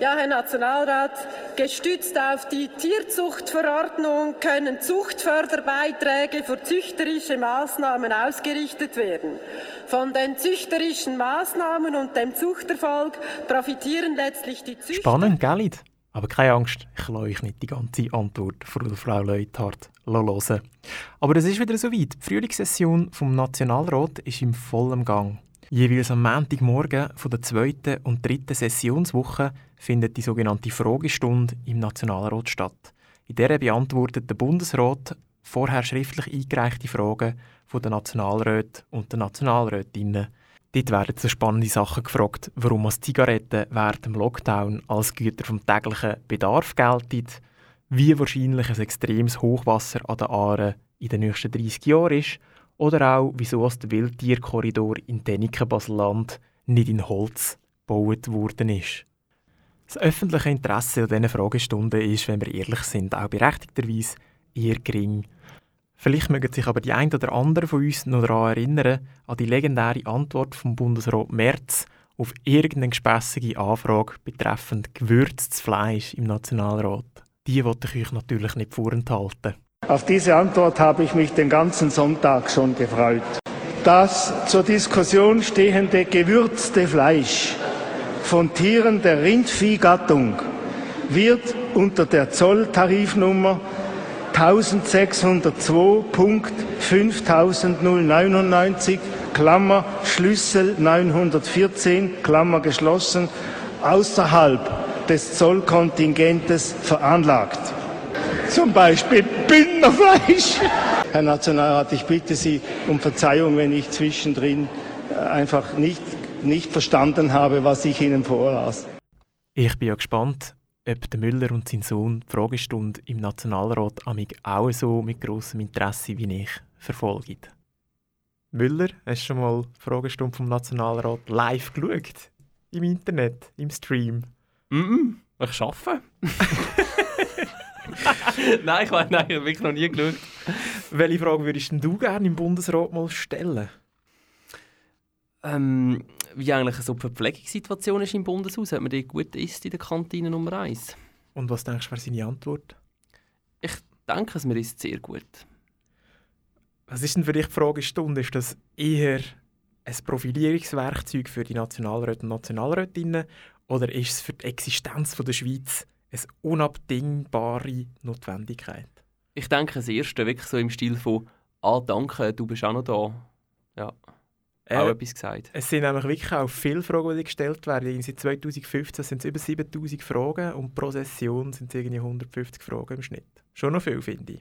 Ja, Herr Nationalrat, gestützt auf die Tierzuchtverordnung können Zuchtförderbeiträge für züchterische Maßnahmen ausgerichtet werden. Von den züchterischen Maßnahmen und dem Zuchterfolg profitieren letztlich die Züchter.
Spannend, gell? Leute? Aber keine Angst, ich lasse euch nicht die ganze Antwort von der Frau Leuthard hören. Aber es ist wieder soweit. Die Frühlingssession vom Nationalrat ist im vollen Gang. Jeweils am Montagmorgen von der zweiten und dritten Sessionswoche findet die sogenannte Fragestunde im Nationalrat statt. In der beantwortet der Bundesrat vorher schriftlich eingereichte Fragen von den Nationalräten und den Nationalrätinnen. Dort werden so spannende Sachen gefragt, warum als Zigaretten während dem Lockdown als Güter vom täglichen Bedarf gelten, wie wahrscheinlich ein extremes Hochwasser an den Aare in den nächsten 30 Jahren ist oder auch, wieso als der Wildtierkorridor in Däniken Baselland nicht in Holz gebaut worden ist. Das öffentliche Interesse an diesen Fragestunden ist, wenn wir ehrlich sind, auch berechtigterweise eher gering. Vielleicht mögen sich aber die ein oder andere von uns noch daran erinnern, an die legendäre Antwort vom Bundesrat Merz auf irgendeine gespässige Anfrage betreffend gewürztes Fleisch im Nationalrat. Die wollte ich euch natürlich nicht vorenthalten.
Auf diese Antwort habe ich mich den ganzen Sonntag schon gefreut. Das zur Diskussion stehende gewürzte Fleisch von Tieren der Rindviehgattung wird unter der Zolltarifnummer 1602.5099 Klammer Schlüssel 914 Klammer geschlossen außerhalb des Zollkontingentes veranlagt. Zum Beispiel Bündnerfleisch. Herr Nationalrat, ich bitte Sie um Verzeihung, wenn ich zwischendrin äh, einfach nicht, nicht verstanden habe, was ich Ihnen vorlas.
Ich bin ja gespannt, ob der Müller und sein Sohn die Fragestunde im Nationalrat amig auch so mit grossem Interesse wie ich verfolgen. Müller, hast du schon mal die Fragestunde vom Nationalrat live geschaut? Im Internet, im Stream?
Mhm, ich arbeite. [LAUGHS] nein, ich weiß, nein, ich habe wirklich noch nie geschaut.
Welche Frage würdest denn du gerne im Bundesrat mal stellen?
Ähm, wie eigentlich so die Verpflegungssituation ist im Bundeshaus, hat man die gut isst in der Kantine Nummer 1?
Und was denkst du, wäre seine Antwort?
Ich denke, es mir ist sehr gut.
Was ist denn für dich die Fragestunde? Ist das eher ein Profilierungswerkzeug für die Nationalräte und Nationalrätinnen oder ist es für die Existenz von der Schweiz eine unabdingbare Notwendigkeit?
Ich denke, das erste wirklich so im Stil von «Ah, danke, du bist auch noch da». Ja, auch
Äh,
etwas gesagt.
Es sind nämlich wirklich auch viele Fragen, die gestellt werden. Seit 2015 sind es über 7000 Fragen und pro Session sind es irgendwie 150 Fragen im Schnitt. Schon noch viel, finde ich.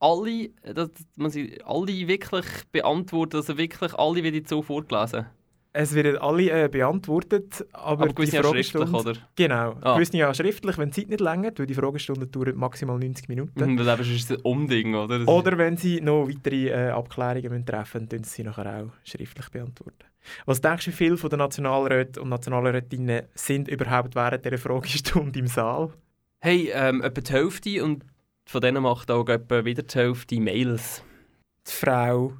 Alle, äh, das, man sie, alle wirklich beantwortet, also wirklich alle werden so vorgelesen.
Es werden alle äh, beantwortet, aber,
Aber gewisse
die
ja
Fragestunde...
schriftlich, oder?
Genau.
Ah.
Gewisse ja schriftlich, wenn die Zeit nicht länger, weil die Fragestunde dauert maximal 90 Minuten.
Mhm, Weil eben sonst ist es ein Umding, oder? Das ist-
Oder wenn sie noch weitere äh, Abklärungen müssen treffen müssen, sie sie nachher auch schriftlich beantworten. Was denkst du, wie viele von den Nationalräten und Nationalrätinnen sind überhaupt während dieser Fragestunde im Saal?
Hey, ähm, etwa die Hälfte und von denen macht auch etwa wieder die Hälfte Mails.
Die Frau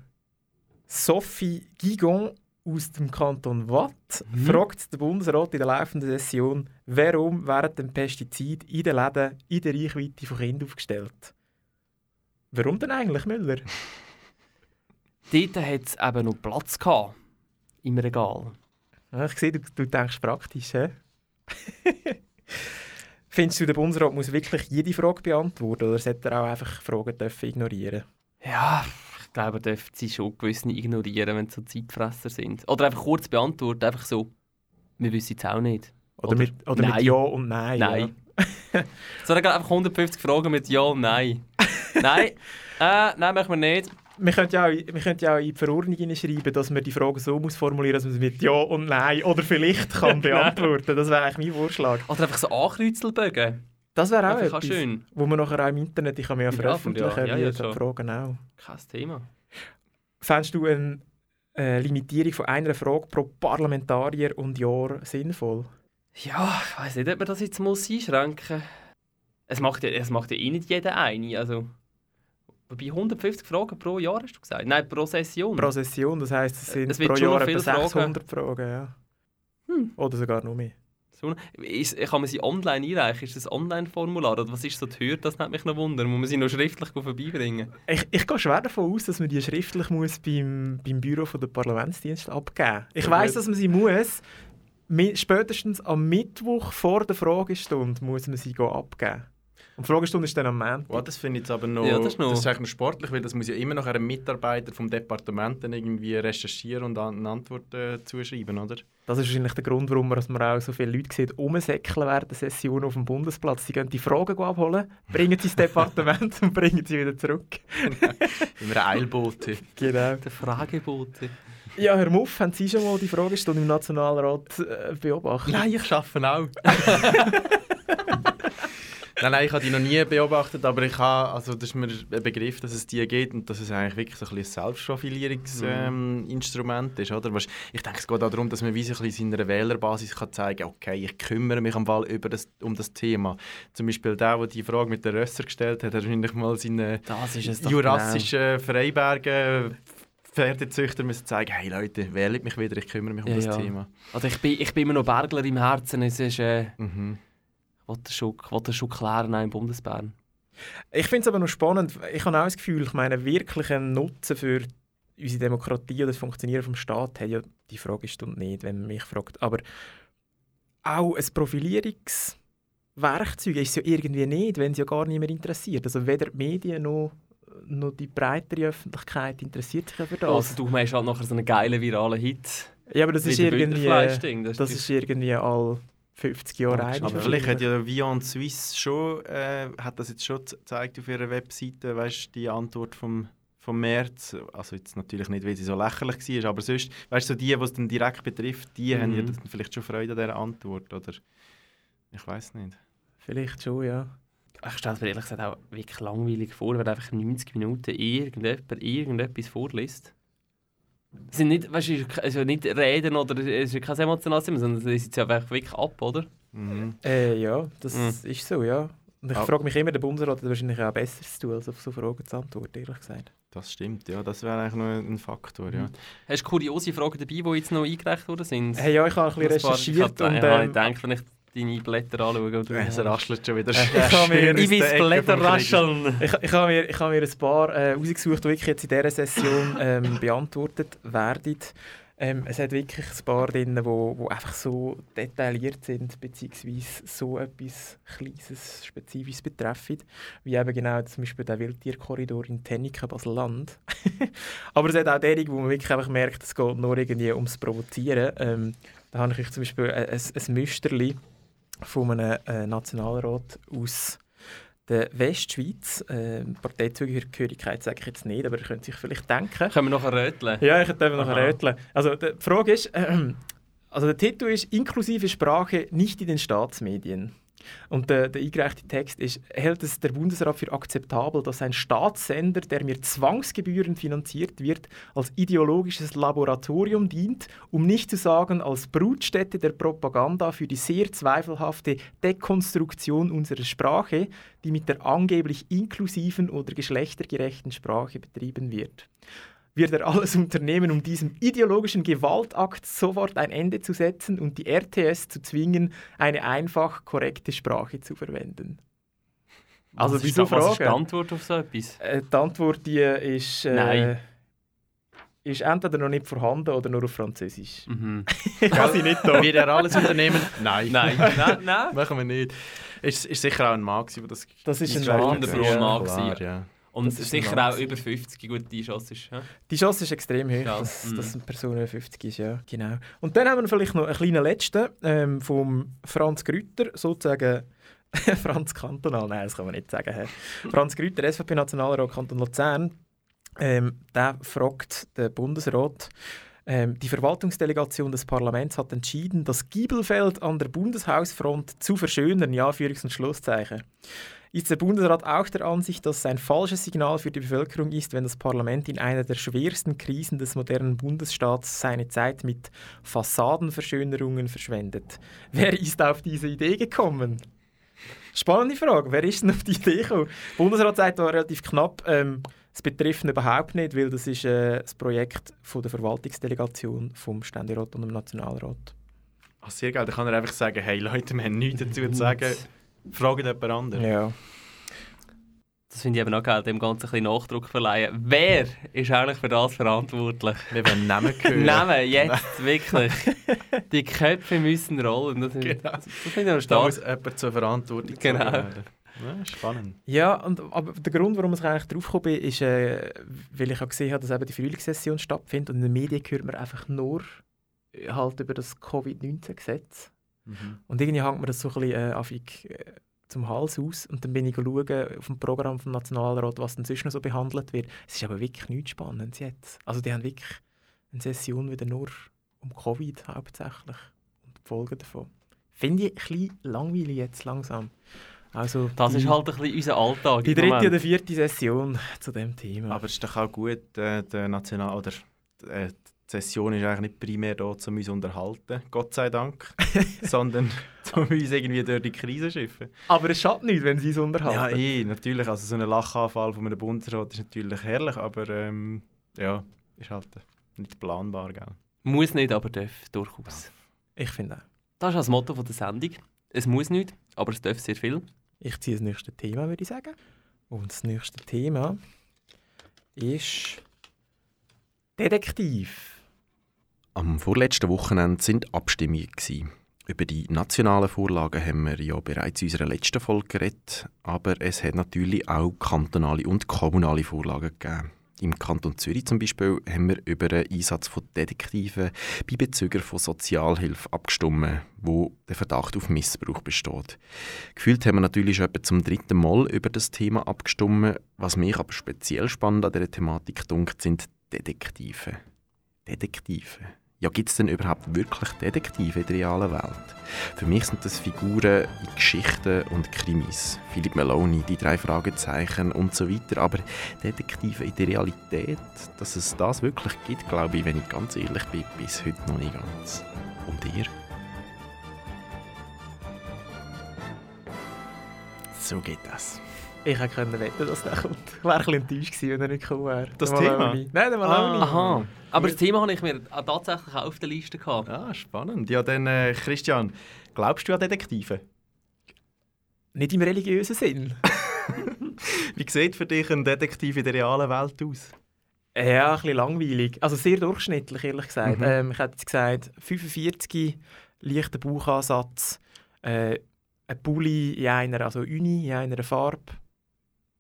Sophie Gigon aus dem Kanton Watt fragt den Bundesrat in der laufenden Session, warum werden Pestizide in den Läden in der Reichweite von Kindern aufgestellt? Warum denn eigentlich, Müller?
Dort hat es eben noch Platz gehabt. Im Regal.
Ja, ich sehe, du, du denkst praktisch, hä? [LAUGHS] Findest du, der Bundesrat muss wirklich jede Frage beantworten oder sollte er auch einfach Fragen dürfen ignorieren?
Ja, ich glaube, er dürfte sie schon gewisse ignorieren, wenn sie so Zeitfresser sind. Oder einfach kurz beantworten, einfach so, wir wissen es auch nicht.
Oder mit- oder mit Ja und Nein,
Nein. Sondern einfach 150 Fragen mit Ja und
[LAUGHS]
Nein. nein, äh, nein, machen wir nicht.
Wir könnten ja, auch- wir könnten ja auch in die Verordnung hineinschreiben, dass man die Frage so muss formulieren dass man sie mit Ja und Nein
[LAUGHS]
oder vielleicht kann
genau.
beantworten. Das wäre eigentlich mein Vorschlag.
Oder einfach so Ankreuzelbögen.
Das wäre auch
Einfach auch
etwas,
schön.
wo man nachher auch im Internet ich kann mehr ja,
Ja,
veröffentlichen
ja, ja,
wie
ja,
die
schon.
Fragen auch.
Kein Thema.
Fändest du eine äh, Limitierung von einer Frage pro Parlamentarier und Jahr sinnvoll?
Ja, ich weiß nicht, ob man das jetzt muss einschränken muss. Es macht, ja, es macht ja eh nicht jeder eine. Also, bei 150 Fragen pro Jahr hast du gesagt. Nein, pro Session.
Pro Session, das heisst, es sind
Hm. Es wird
pro
schon
Jahr
noch
etwa
viele Fragen.
600 Fragen. ja.
Hm.
Oder sogar noch mehr.
So, ist, kann man sie online einreichen? Ist das ein Online-Formular? Oder was ist so die Hürde? Das nimmt mich noch Wunder. Muss man sie noch schriftlich vorbeibringen?
Ich, ich gehe schwer davon aus, dass man die schriftlich muss beim, beim Büro von der Parlamentsdienst abgeben Ich
Ja,
weiß,
gut.
dass man sie muss. Mi- Spätestens am Mittwoch vor der Fragestunde muss man sie go abgeben. Und die Fragestunde ist dann am Montag.
Wow, das finde ich jetzt aber noch,
Ja, das ist noch-
eigentlich noch sportlich, weil das muss ja immer noch einem Mitarbeiter vom Departement dann irgendwie recherchieren und an- eine Antwort äh, zuschreiben, oder?
Das ist wahrscheinlich der Grund, warum man, dass man auch so viele Leute sieht, rumsäckeln während der Session auf dem Bundesplatz. Sie gehen die Fragen go abholen, bringen sie ins Departement [LAUGHS] und bringen sie wieder zurück.
Immer ein [LAUGHS] Eilbote.
genau.
Der Fragebote.
Ja, Herr Muff, haben Sie schon mal die Fragestunde im Nationalrat äh, beobachtet?
Nein, ich schaffe
[LAUGHS]
auch. Nein, nein, ich habe die noch nie beobachtet, aber ich habe, also das ist mir ein Begriff, dass es die gibt und dass es eigentlich wirklich so ein bisschen ein Selbstprofilierungsinstrument ähm, Instrument ist, oder? Weisst, Ich denke, es geht auch darum, dass man wie so ein bisschen seiner Wählerbasis kann zeigen kann, okay, ich kümmere mich am Fall über das, um das Thema. Zum Beispiel der, der die Frage mit der Rösser gestellt hat, hat wahrscheinlich mal seinen
Das ist es doch genau.
jurassischen Freibergen Pferdezüchter müssen zeigen, hey Leute, wählt mich wieder, ich kümmere mich um das Thema.
Also ich bin, ich bin immer noch Bergler im Herzen. Es ist... Äh,
mhm.
Wollte schon, wollte schon klären, auch im Bundesbären.
Ich finde es aber noch spannend. Ich habe auch das Gefühl, ich meine, wirklichen Nutzen für unsere Demokratie oder das Funktionieren vom Staat hat ja die Fragestunde nicht, wenn man mich fragt. Aber auch ein Profilierungswerkzeug ist es ja irgendwie nicht, wenn es ja gar niemand interessiert. Also weder die Medien noch, noch die breitere Öffentlichkeit interessiert sich ja für das.
Also du meinst halt nachher so einen geilen viralen Hit.
ja, aber das
Wie
ist,
der
irgendwie, äh,
Bündnerfleisch-Ding,
das,
das ist-
ist irgendwie all 50 Jahre eigentlich.
Aber vielleicht hat ja Vian Suisse schon, äh, hat das jetzt schon gezeigt auf ihrer Webseite, weißt die Antwort vom, vom März. Also jetzt natürlich nicht, weil sie so lächerlich war, aber sonst, weißt du, so die, die es dann direkt betrifft, die haben
Mhm.
ja dann vielleicht schon Freude an dieser Antwort, oder? Ich weiß nicht.
Vielleicht schon, ja.
Ich stelle es mir ehrlich gesagt auch wirklich langweilig vor, wenn einfach 90 Minuten irgendjemand irgendetwas vorliest. Es sind nicht, weißt, es ist ke- also nicht Reden oder es ist kein emotionales Thema, sondern es ist ja einfach wirklich ab, oder?
Mhm.
Äh, ja, das ist so, ja. Und ich
Ah.
frage mich immer, der Bundesrat hat wahrscheinlich auch Besseres zu tun, als auf so Fragen zu antworten, ehrlich gesagt.
Das stimmt, ja. Das wäre eigentlich nur ein Faktor, ja.
Mhm. Hast du kuriose Fragen dabei, die jetzt noch eingereicht worden sind?
Hey, ja, ich habe ein bisschen
Das war-
recherchiert
Ich habe
und,
ich habe
ähm,
nicht gedacht, wenn ich deine Blätter anschaue. Oder? [LAUGHS]
Es raschelt schon [LAUGHS] wieder.
Ich habe mir,
Ich weiß, Blätter rascheln.
Ich, ich habe mir, ich habe mir ein paar äh, rausgesucht, die wirklich jetzt in dieser Session ähm, beantwortet werden. Ähm, es hat wirklich ein paar drin, die wo, wo einfach so detailliert sind, beziehungsweise so etwas Kleines, Spezifisches betreffen. Wie eben genau zum Beispiel der Wildtierkorridor in Tenniken, Basel-Land. [LAUGHS] Aber es hat auch derige, wo man wirklich einfach merkt, es geht nur irgendwie ums Provozieren. Ähm, da habe ich zum Beispiel ein, ein, ein Müsterli von einem äh, Nationalrat aus der Westschweiz. Äh, Parteizugehörigkeit sage ich jetzt nicht, aber ihr könnt sich vielleicht denken.
Können wir nachher röteln?
[LAUGHS] Ja, ich darf nachher
Aha.
röteln. Also die Frage ist, [CLEARS THROAT] also der Titel ist «Inklusive Sprache nicht in den Staatsmedien». Und der, der eingereichte Text ist, hält es der Bundesrat für akzeptabel, dass ein Staatssender, der mir zwangsgebühren finanziert wird, als ideologisches Laboratorium dient, um nicht zu sagen als Brutstätte der Propaganda für die sehr zweifelhafte Dekonstruktion unserer Sprache, die mit der angeblich inklusiven oder geschlechtergerechten Sprache betrieben wird wird er alles unternehmen, um diesem ideologischen Gewaltakt sofort ein Ende zu setzen und die RTS zu zwingen, eine einfach korrekte Sprache zu verwenden. Also,
was ist
wieso
da- Was ist die
fragen?
Antwort auf so etwas?
Äh, die Antwort die äh, ist, äh,
Nein.
ist entweder noch nicht vorhanden oder nur auf Französisch.
Mhm.
Quasi nicht da.
Wird er alles unternehmen? [LAUGHS] Nein.
[LAUGHS] Nein.
nein, Machen wir nicht. Ist, ist sicher auch ein Mann, gewesen, der das
Das ist ein
eingeschrieben
Mann
hat.
gewesen, ja.
Mann
Klar,
gewesen.
ja.
Und
Das ist ein
sicher
Mann
auch über 50 gut die Chance ist. Ja?
Die Chance ist extrem hoch,
Ja,
dass,
mhm.
dass eine Person über 50 ist, ja, genau. Und dann haben wir vielleicht noch einen kleinen letzten ähm, vom Franz Grüter, sozusagen [LAUGHS] Franz Kantonal, nein, das kann man nicht sagen. hä? Franz Grüter, SVP-Nationalrat Kanton Luzern, ähm, der fragt den Bundesrat, ähm, die Verwaltungsdelegation des Parlaments hat entschieden, das Giebelfeld an der Bundeshausfront zu verschönern, ja, Führungs- und Schlusszeichen. Ist der Bundesrat auch der Ansicht, dass es ein falsches Signal für die Bevölkerung ist, wenn das Parlament in einer der schwersten Krisen des modernen Bundesstaats seine Zeit mit Fassadenverschönerungen verschwendet? [LAUGHS] Wer ist auf diese Idee gekommen? Spannende Frage. Wer ist denn auf die Idee gekommen? Der Bundesrat sagt da relativ knapp, ähm, es betrifft ihn überhaupt nicht, weil das ist äh, das Projekt von der Verwaltungsdelegation vom Ständerat und dem Nationalrat.
Ah, sehr geil. Dann kann er einfach sagen, hey Leute, wir haben nichts dazu zu sagen. Fragt jemand anderen.
Ja.
Das finde ich eben auch geil, dem Ganzen ein bisschen Nachdruck verleihen. Wer ist eigentlich für das verantwortlich?
Wir wollen [LAUGHS] Namen hören.
Namen, jetzt, wirklich. Die Köpfe müssen rollen. Das, genau. das finde ich auch
Da
stark.
muss jemand zur Verantwortung
Genau.
gezogen werden. Ja, spannend.
Ja, und, aber der Grund, warum ich eigentlich draufgekommen bin, ist, äh, weil ich auch gesehen habe, dass eben die Frühlingssession stattfindet und in den Medien hört man einfach nur äh, halt über das Covid-19-Gesetz.
Mhm.
Und irgendwie hängt mir das so ein bisschen äh, auf ich, äh, zum Hals aus und dann bin ich schauen auf dem Programm vom Nationalrat, was denn sonst noch so behandelt wird. Es ist aber wirklich nichts Spannendes jetzt. Also die haben wirklich eine Session wieder nur um Covid hauptsächlich und die Folgen davon. Finde ich ein bisschen langweilig jetzt langsam. Also
Das ist
die-
halt ein bisschen unser Alltag.
Mhm. die
im
dritte
Moment.
oder vierte Session zu dem Thema.
Aber es ist doch auch gut, äh, der National oder äh, die Session ist eigentlich nicht primär da, um uns zu unterhalten, Gott sei [LAUGHS] Dank, sondern um uns irgendwie durch die Krise zu schiffen.
Aber es schadet nicht, wenn sie es
Ja,
unterhalten.
eh, natürlich. Also so ein Lachanfall von einem Bundesrat ist natürlich herrlich, aber ähm, ja, ist halt nicht planbar, gell?
Muss nicht, aber darf durchaus.
Ich finde auch.
Das ist auch das Motto von der Sendung. Es muss nicht, aber es darf sehr viel.
Ich ziehe das nächste Thema, würde ich sagen. Und das nächste Thema ist Detektiv.
Am vorletzten Wochenende sind Abstimmungen. Gewesen. Über die nationalen Vorlagen haben wir ja bereits in unserer letzten Folge geredet, aber es hat natürlich auch kantonale und kommunale Vorlagen gegeben. Im Kanton Zürich zum Beispiel haben wir über den Einsatz von Detektiven bei Bezügern von Sozialhilfe abgestimmt, wo der Verdacht auf Missbrauch besteht. Gefühlt haben wir natürlich schon etwa zum dritten Mal über das Thema abgestimmt. Was mich aber speziell spannend an dieser Thematik dunkt, sind Detektive. Detektive. Ja, gibt es denn überhaupt wirklich Detektive in der realen Welt? Für mich sind das Figuren in Geschichten und Krimis. Philipp Meloni, die drei Fragezeichen und so weiter. Aber Detektive in der Realität, dass es das wirklich gibt, glaube ich, wenn ich ganz ehrlich bin, bis heute noch nicht ganz. Und ihr? So geht das.
Ich hätte wetten dass der kommt. Ich wäre ein bisschen enttäuscht gewesen, wenn er nicht gekommen wäre.
Das
Der
Thema?
Maloney. Nein, der Maloney.
Aha. Aber das Thema habe ich mir auch tatsächlich auch auf der Liste gehabt.
Ah, spannend. Ja, dann äh, Christian, glaubst du an Detektive?
Nicht im religiösen Sinn.
Wie sieht für dich ein Detektiv in der realen Welt aus?
Ja, ein bisschen langweilig. Also sehr durchschnittlich, ehrlich gesagt.
Mhm.
Ähm, ich hätte jetzt gesagt, 45, leichter Bauchansatz, äh, ein Pulli in einer, also Uni in einer Farbe.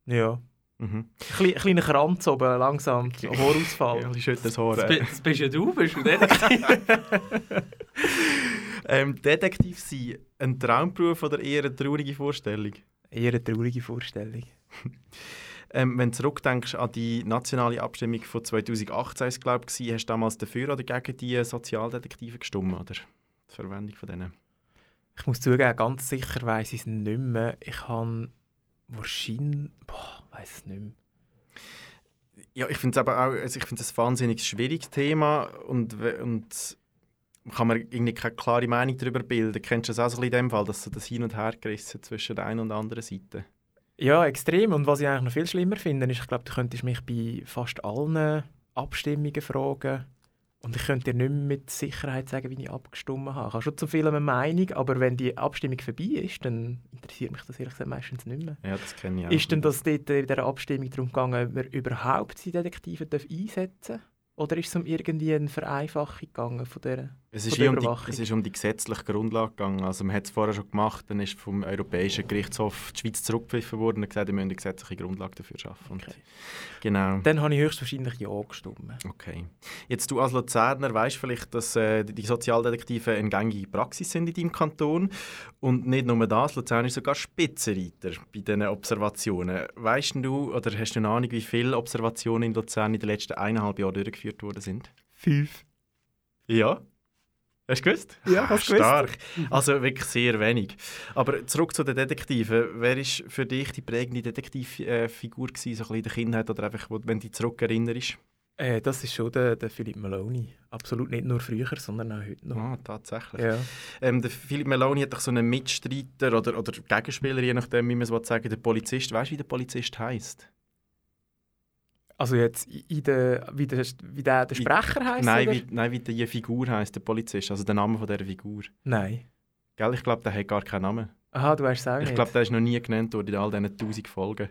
Ja.
Mhm.
Kle kleiner Kranz oben, langsam, so Haarausfall.
Ja, ein bisschen schüttes Haar,
Das,
äh.
bi- das bist ja du, bist du Detektiv.
[LAUGHS] Ähm, Detektiv sein, ein Traumberuf oder eher eine traurige Vorstellung?
[LAUGHS] Eher eine traurige Vorstellung.
ähm, wenn du zurückdenkst an die nationale Abstimmung von 2018, ist, glaub ich glaube hast du damals dafür oder gegen die Sozialdetektive gestimmt, oder? Die Verwendung von denen.
Ich muss zugeben, ganz sicher weiss ich es nicht mehr. Ich habe wahrscheinlich... Boah, weiss es nicht mehr.
Ja, ich finde es aber auch, also ich finde es ein wahnsinnig schwieriges Thema und, we- und kann man irgendwie keine klare Meinung darüber bilden. Kennst du das auch so ein bisschen in dem Fall, dass so das Hin- und Hergerissen zwischen der einen und der anderen Seite?
Ja, extrem. Und was ich eigentlich noch viel schlimmer finde, ist, ich glaube, du könntest mich bei fast allen Abstimmungen fragen, Und ich könnte dir nicht mehr mit Sicherheit sagen, wie ich abgestimmt habe. Ich habe schon zu viel eine Meinung, aber wenn die Abstimmung vorbei ist, dann interessiert mich das ehrlich gesagt meistens nicht mehr.
Ja, das kenne ich auch.
Ist denn das dort in dieser Abstimmung darum gegangen, ob wir überhaupt die Detektive einsetzen dürfen? Oder ist es um irgendwie eine Vereinfachung gegangen von dieser
Es ist,
von der
wie um die,
Überwachung?
es ist um die gesetzliche Grundlage gegangen. Also man hat es vorher schon gemacht, dann ist vom Europäischen Gerichtshof die Schweiz zurückgepfiffen worden und gesagt, wir müssen eine gesetzliche Grundlage dafür schaffen. Und Genau.
Dann habe ich höchstwahrscheinlich Ja gestimmt.
Okay. Jetzt du als Luzerner weißt vielleicht, dass äh, die Sozialdetektive eine gängige Praxis sind in deinem Kanton. Und nicht nur das, Luzern ist sogar Spitzenreiter bei diesen Observationen. Weißt du oder hast du eine Ahnung, wie viele Observationen in Luzern in den letzten eineinhalb Jahren durchgeführt worden sind?
Fünf.
Ja. Hast du gewusst?
Ja,
Ah,
hast gewusst.
Stark. Also wirklich sehr wenig. Aber zurück zu den Detektiven. Wer ist für dich die prägende Detektivfigur gewesen, so ein bisschen in der Kindheit oder einfach, wo- wenn du dich zurückerinnerst?
Äh, das ist schon der, der Philipp Maloney. Absolut nicht nur früher, sondern auch heute noch.
Ah, tatsächlich.
Ja.
Ähm, der Philipp Meloni hat doch so einen Mitstreiter oder, oder Gegenspieler, je nachdem, wie man es sagen will, der Polizist. Weißt du, wie der Polizist heißt?
Also jetzt in der, wie, der, wie der, der Sprecher heisst?
Nein,
oder?
wie, nein, wie die Figur heißt, der Polizist. Also der Name von dieser Figur.
Nein.
Gell, ich glaube, der hat gar keinen Namen.
Aha, du weißt es auch
Ich
nicht.
glaube, der ist noch nie genannt worden in all diesen 1000 Folgen.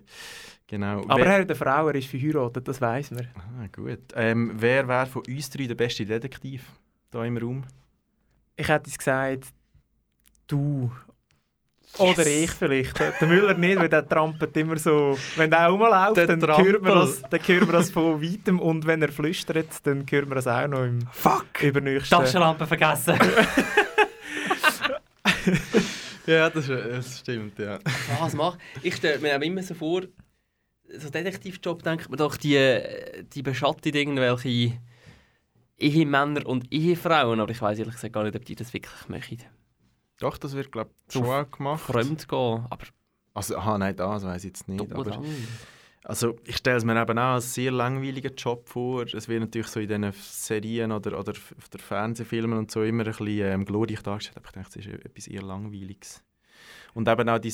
Genau.
Aber
Wer-
er hat eine Frau, er ist verheiratet, das weiß man.
Ah, gut. Ähm, wer wäre von uns drei der beste Detektiv hier im Raum?
Ich hätte es gesagt, du. Oder ich vielleicht. Der Müller nicht, weil der trampelt immer so. Wenn der rumläuft,
Der
dann hört, man
Trampel.
das, dann hört man das von weitem. Und wenn er flüstert, dann hört man das auch noch im Fuck! übernächsten.
Taschenlampe vergessen.
Ja, das, äh, das stimmt, ja.
Was mach? Ich stelle mir auch immer so vor, so Detektivjob denkt man doch, die, die beschattet irgendwelche Ehemänner und Ehefrauen, aber ich weiß ehrlich gesagt gar nicht, ob die das wirklich möchten.
Doch, das wird, glaube ich, schon auch gemacht.
Fremd gehen, aber...
Also, aha, nein, das weiß ich jetzt nicht.
Doppelt
Aber,
lang.
also, ich stelle es mir eben auch als sehr langweiligen Job vor. Es wird natürlich so in diesen Serien oder, oder f- auf den Fernsehfilmen und so immer ein bisschen ähm, glorreich dargestellt. Aber ich denke, es ist etwas eher Langweiliges. Und eben auch die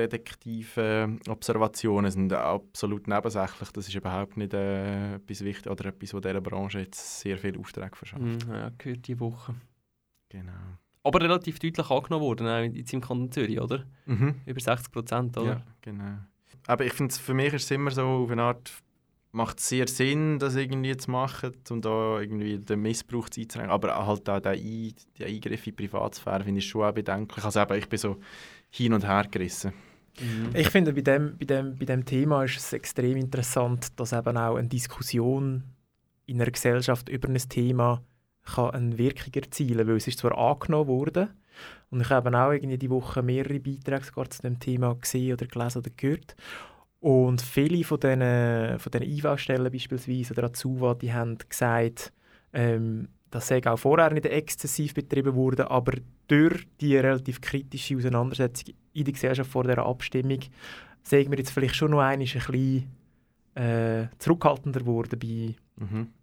sozialdetektiven Observationen sind absolut nebensächlich. Das ist überhaupt nicht äh, etwas wichtig oder etwas, was dieser Branche jetzt sehr viel Auftrag verschafft.
Mhm, ja, gehört die Woche.
Genau.
Aber relativ deutlich angenommen worden, auch in seinem Kanton Zürich, oder?
Mhm.
Über 60 Prozent, oder?
Ja, genau. Aber ich finde, für mich ist es immer so, auf eine Art macht es sehr Sinn, das irgendwie zu machen und da irgendwie den Missbrauch zu einzutragen. Aber halt auch der, Ein der Eingriff in die Privatsphäre finde ich schon auch bedenklich. Also eben, ich bin so hin und her gerissen.
Mhm.
Ich finde, bei dem, bei, dem, bei dem Thema ist es extrem interessant, dass eben auch eine Diskussion in einer Gesellschaft über ein Thema kann eine Wirkung erzielen weil es ist zwar angenommen worden und ich habe eben auch irgendwie die Woche mehrere Beiträge sogar zu dem Thema gesehen oder gelesen oder gehört und viele von diesen, von diesen Einwahlstellen beispielsweise oder Azuwa, die haben gesagt, ähm, das sei auch vorher nicht exzessiv betrieben worden, aber durch die relativ kritische Auseinandersetzung in der Gesellschaft vor dieser Abstimmung sehen wir jetzt vielleicht schon noch einmal ein bisschen äh, zurückhaltender geworden bei,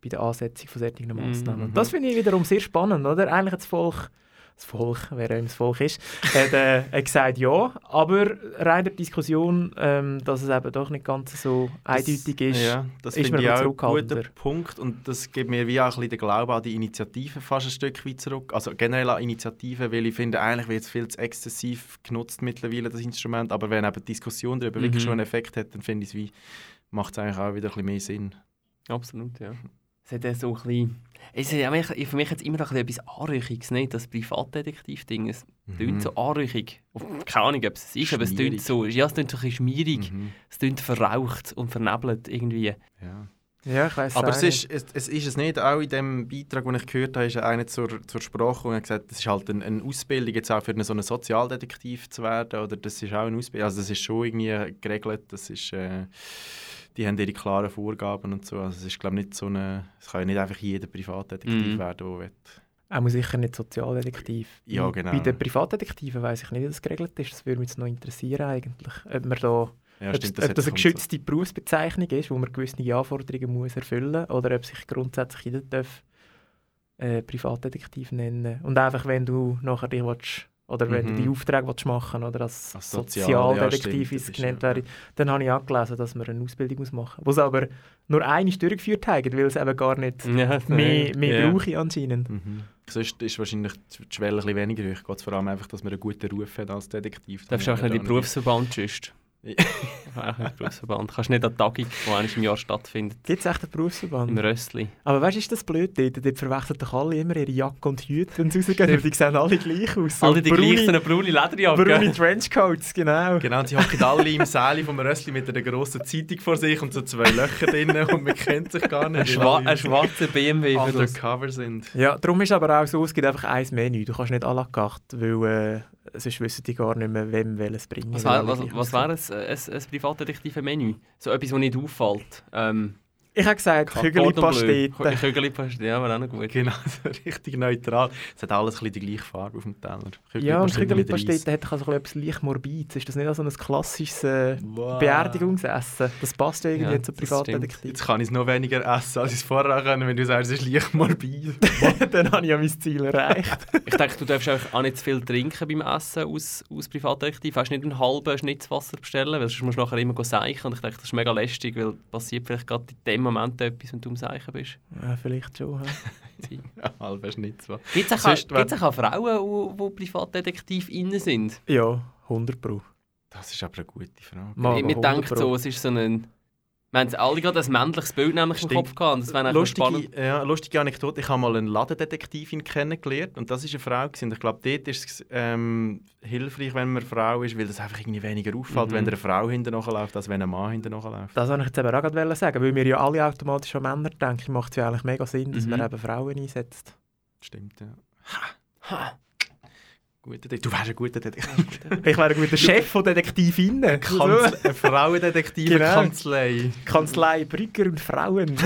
bei der Ansetzung von solchen Massnahmen.
Mhm.
Und Das finde ich wiederum sehr spannend, oder? Eigentlich hat das Volk, das Volk, wer immer das Volk ist, [LAUGHS] hat, äh, hat gesagt ja, aber rein der Diskussion, ähm, dass es eben doch nicht ganz so eindeutig ist,
ja, das
ist
finde
man
ich
ein bisschen
auch ein guter
zurückhaltender.
Punkt und das gibt mir wie auch ein bisschen den Glauben an die Initiative fast ein Stück weit zurück. Also generell an Initiativen, weil ich finde, eigentlich wird es viel zu exzessiv genutzt mittlerweile, das Instrument, aber wenn eben die Diskussion darüber
Mhm.
wirklich schon einen Effekt hat, dann finde ich es wie, macht es eigentlich auch wieder ein bisschen mehr Sinn.
Absolut, ja. Es hat ja so ein bisschen... Es ist, ja mich- für mich hat es immer noch ein bisschen etwas Anrüchiges, nicht? Das Privatdetektiv-Ding, es
Mhm.
tönt so anrüchig. Oh, Keine Ahnung, ob es es ist, aber es tönt
Schmierig. Mhm.
so... Ja, es tönt so ein bisschen schmierig. Es tönt verraucht und vernebelt [LAUGHS] irgendwie.
Ja.
Ja, ich weiss
Aber
auch
es ist, es, es ist es nicht. Auch in dem Beitrag, den ich gehört habe, ist einer zur, zur Sprache und hat gesagt, das ist halt ein- eine Ausbildung, jetzt auch für einen, so einen Sozialdetektiv zu werden. Oder das ist auch eine Ausbildung. Also, das ist schon irgendwie geregelt. Das ist, äh, die haben ihre klaren Vorgaben und so. Also, es ist, glaube ich, nicht so eine. Es kann ja nicht einfach jeder Privatdetektiv
Mhm.
werden, der will.
Auch mal sicher nicht Sozialdetektiv.
Ja,
Bei-
genau.
Bei den Privatdetektiven weiß ich nicht, wie das geregelt ist. Das würde mich jetzt noch interessieren eigentlich. Ob, man da,
Ja,
ob,
stimmt, das
das ob
hat-
das eine
kommt so.
geschützte Berufsbezeichnung ist, wo man gewisse Anforderungen muss erfüllen muss, oder ob sich grundsätzlich jeder darf, äh, Privatdetektiv nennen Und einfach, wenn du nachher dich willst, Oder wenn du
Mhm.
die Aufträge willst machen oder als,
Als Sozial- ja,
Sozialdetektiv,
stimmt,
wie
das
es
ist
genannt wäre, dann habe ich angelesen, dass wir eine Ausbildung muss machen muss. Die sie aber nur eine durchgeführt haben, weil es eben gar nicht
Ja,
mehr,
nein.
mehr
Ja.
brauche anscheinend.
Mhm. Sonst ist wahrscheinlich die die Schwelle ein bisschen weniger hoch. Geht vor allem einfach, dass man einen guten Ruf hat als Detektiv.
Darfst du einfach nicht in den Berufsverband
[LAUGHS]
tschüss. Einfach nicht in den Berufsverband. Kannst nicht an die Tagung, die einmal im Jahr stattfindet.
Gibt es echt einen Berufsverband?
Im
Mhm.
Rössli.
Aber weißt du, ist das blöd dort? Dort verwechseln doch alle immer ihre Jacke und Hüte, wenn sie rausgehen, weil die sehen alle gleich aus.
Alle die
Braune-
gleichen braune Lederjacke.
Braune Trenchcoats, genau.
Genau, und sie hocken alle im Säle vom Rössli mit einer grossen Zeitung vor sich und so zwei Löcher drinnen und man kennt sich gar nicht.
Ein, schwa ein schwarzer BMW. für das.
Undercover sind.
Ja, darum ist aber auch so, es gibt einfach eins Menü. Du kannst nicht à la carte, weil äh, sonst wissen die gar nicht mehr, wem welches bringen.
Was,
weil
wär-
alle
was,
gleich
was
aussehen.
wäre ein, ein, ein privatdetektives Menü? So etwas, das nicht auffällt. Ähm,
Ich habe gesagt, Kügelpastete.
Kügelipastete, ja, wäre auch noch gut.
Genau, [LAUGHS] so richtig neutral. Es hat alles ein bisschen die gleiche Farbe auf dem Teller.
Ja, und
Kügelpastete mit Reis.
Kügelpastete hat doch also ein bisschen etwas leicht morbides. Ist das nicht auch so ein klassisches äh,
Wow.
Beerdigungsessen? Das passt ja irgendwie
Ja,
zu
das
Privatdetektiv.
stimmt. Jetzt kann ich es noch weniger essen, als ich es vorher konnte, wenn du sagst, es ist leicht morbid.
[LAUGHS]
[LAUGHS]
Dann habe ich ja mein Ziel erreicht.
Ich denke, du darfst eigentlich auch nicht zu viel trinken beim Essen aus, aus Privatdetektiv. Hast nicht einen halben Schnitzwasser bestellen, weil sonst musst du nachher immer seichen. Und ich denke, das ist mega lästig, weil passiert vielleicht gerade in dem Moment etwas, wenn du am Seichen bist.
Ja, vielleicht schon. hä?
Halber Schnitzel.
Gibt es auch,
Sonst wär-
gibt's auch Frauen, die, die Privatdetektiv innen sind?
Ja, 100 Pro.
Das ist aber eine gute Frage.
ich mir denke so, es ist so ein... Wir haben alle gerade ein männliches Bild nämlich im
Stimmt.
Kopf gehabt. und Das wäre eigentlich noch spannend.
Lustige, ja, lustige Anekdote, ich habe mal eine Ladendetektivin kennengelernt und das ist eine Frau. Gewesen. Ich glaube, dort ist es ähm, hilfreich, wenn man eine Frau ist, weil das einfach irgendwie weniger auffällt,
Mhm.
wenn eine Frau hinter läuft, als wenn ein Mann hinter läuft.
Das wollte ich jetzt eben auch gerade sagen, weil wir ja alle automatisch an Männer denken, macht es ja eigentlich mega Sinn, dass
Mhm.
man eben Frauen einsetzt.
Stimmt, ja. Guter Det- du wärst ein
[LAUGHS]
guter Detektiv.
Ich wäre ein guter Chef von Detektivinnen. [LAUGHS]
Kanz eine
Genau.
Frauendetektive-Kanzlei.
Kanzlei Brücker und Frauen.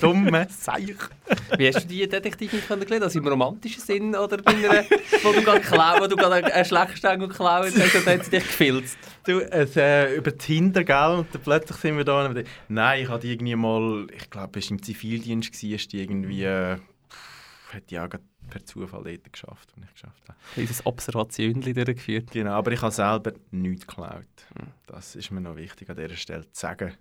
Dumme Seich.
[LAUGHS] Wie hast du die Detektivin kennengelernt? Also im romantischen Sinn oder bei
[LAUGHS]
einer, wo du gerade klauen, wo du gerade einen Schlechtstängel klauen hast und dann hat sie dich gefilzt?
Du, es, äh, über Tinder, gell? Und dann plötzlich sind wir da. Und nein, ich hatte irgendwie mal, ich glaube, es war im Zivildienst, gewesen, ist die irgendwie, äh, pff, hat die auch grad per Zufall dort geschafft, wenn ich geschafft habe.
Dieses Observationchen durchgeführt.
Genau, aber ich habe selber nichts geklaut. Das ist mir noch wichtig an dieser Stelle zu sagen.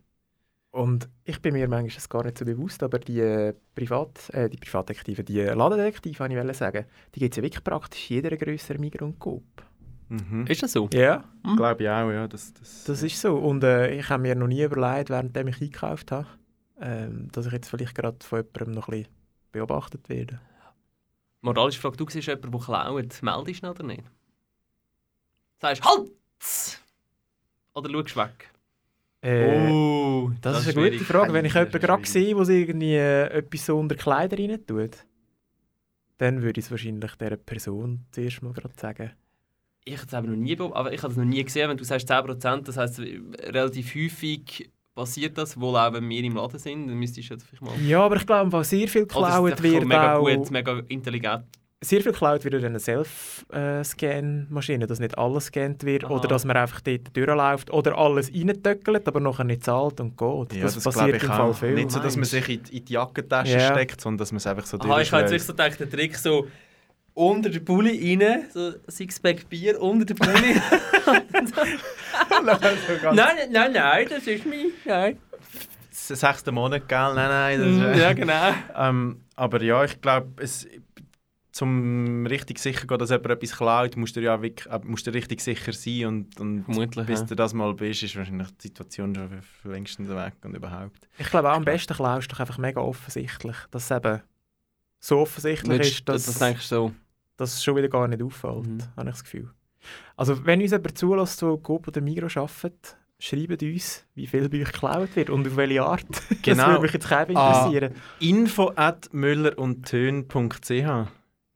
Und ich bin mir manchmal das gar nicht so bewusst, aber die, äh, Privat, äh, die Privatdetektive, die Ladendetektive, wollte ich wollte sagen, die gibt es ja wirklich praktisch in jeder grösseren Migros und Coop.
Ist das so?
Ja.
Glaube ich auch, ja. Das, das,
Mhm. Das ist so. Und äh, ich habe mir noch nie überlegt, während ich eingekauft habe, ähm, dass ich jetzt vielleicht gerade von jemandem noch ein bisschen beobachtet werde.
Moralische Frage, du siehst jemanden, der klaut, meldest du ihn oder nicht? Sagst «Halt!» Oder schaust weg?
Äh,
Oh,
das,
das
ist
ist
eine gute
schwierig.
Frage. Wenn ich
Das ist
jemanden gerade sehe, der sich irgendwie äh, etwas so unter Kleider rein tut, dann würde ich es wahrscheinlich dieser Person zuerst mal gerade sagen.
Ich habe noch nie, beob- aber ich habe das noch nie gesehen, wenn du sagst 10%, das heisst äh, relativ häufig passiert das, wohl auch wenn wir im Laden sind, dann müsstest du jetzt vielleicht mal...
Ja, aber ich glaube, weil sehr viel
Oder es
geklaut
ist einfach
wird
schon mega
auch...
gut, mega intelligent.
sehr viel geklaut wird durch eine Self-Scan-Maschine, äh, dass nicht alles gescannt wird
Aha.
oder dass man einfach dort durchläuft oder alles reintöckelt, aber nachher nicht zahlt und geht.
Ja,
das,
das glaube
passiert
ich
im
auch.
Fall viel.
Nicht so, dass man sich in, in die Jackentasche
Ja.
steckt, sondern dass man es einfach so
Aha, ich habe jetzt
durchschlägt.
wirklich so gedacht, der Trick so unter den Pulli rein, so Sixpack Bier unter den
[LAUGHS]
Pulli.
[LAUGHS]
nein, nein, nein, das ist mein... Nein.
sechsten Monat, gell? Nein, nein. Das
Mm, ja, genau.
ähm, aber ja, ich glaube, es... Zum richtig sicher gehen, dass jemand etwas klaut, musst du ja wirklich, äh, musst du richtig sicher sein und, und
Vermutlich,
bis
ja.
du das mal bist, ist wahrscheinlich die Situation schon längstens weg und überhaupt.
Ich glaube auch am besten klaust du doch einfach mega offensichtlich, dass es eben so offensichtlich
Willst-
ist, dass,
das denkst du so.
dass es schon wieder gar nicht auffällt, habe ich das Gefühl. Also wenn uns jemand zulässt, der Coop oder Migros arbeitet, schreibt uns, wie viel bei euch geklaut wird und auf welche Art. [LAUGHS] Das würde mich jetzt keinem interessieren.
Ah, info at müller und tön.ch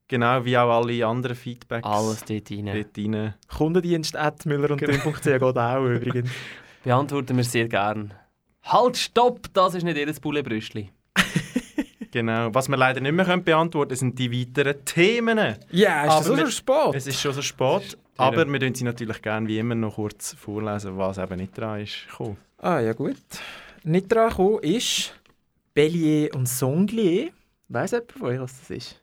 Genau wie auch alle anderen Feedbacks.
Alles dort rein.
Dort rein.
Kundendienst at müller und geht [LAUGHS] auch übrigens.
Beantworten wir sehr gern. Halt, stopp, das ist nicht jedes Bullebrüschli.
Genau. Was wir leider nicht mehr können beantworten können, sind die weiteren Themen.
Ja, ist das auch schon
wir-
Oh.
spät?
Es ist schon so spät, aber wir können sie natürlich gerne wie immer noch kurz vorlesen, was eben nicht dran ist. Cool.
Ah, ja gut. Nicht dran gekommen ist Bellier und Songlier. Weiss jemand von euch, was das ist?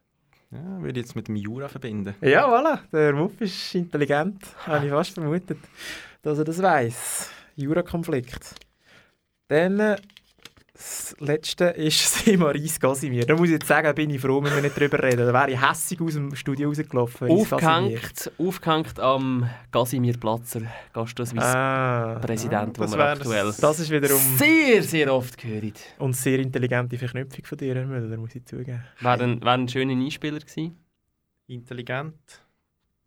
Ja, würde ich jetzt mit dem Jura verbinden.
Ja, voilà. Der Muff ist intelligent. Habe ich fast vermutet, dass er das weiß. Jura-Konflikt. Dann äh, das letzte ist [LAUGHS] Maurice Gasimir. Da muss ich jetzt sagen, bin ich froh, wenn wir nicht drüber reden. Da wäre ich hässig aus dem Studio rausgelaufen. Maurice Casimir.
Aufgehängt, aufgehängt am Gasimir Platzer, Ah, Gastro-Swiss-Präsident,
Ah,
den
das
wir
wär-
aktuell
das ist wiederum-
sehr, sehr oft hören.
Und sehr intelligente Verknüpfung von dir, Herr Müller, muss ich zugeben.
Wäre ein, wär ein schöner Einspieler gewesen.
Intelligent.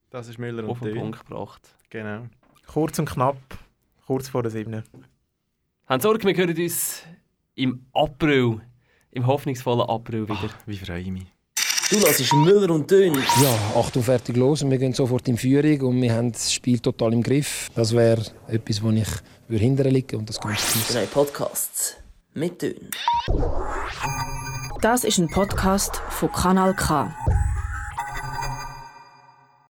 Das ist Müller
Auf
und
den
Dön.
Punkt gebracht.
Genau.
Kurz und knapp. Kurz vor der siebten.
Hans Sorge, wir hören uns im April, im hoffnungsvollen April wieder.
wie freue ich mich.
Du hörst Müller und Dön.
Ja, Achtung, fertig, los. Und wir gehen sofort in Führung und wir haben das Spiel total im Griff. Das wäre etwas, wo ich würde hindern liegen und das Ganze nicht.
Drei Podcasts mit Dön.
Das ist ein Podcast von Kanal K.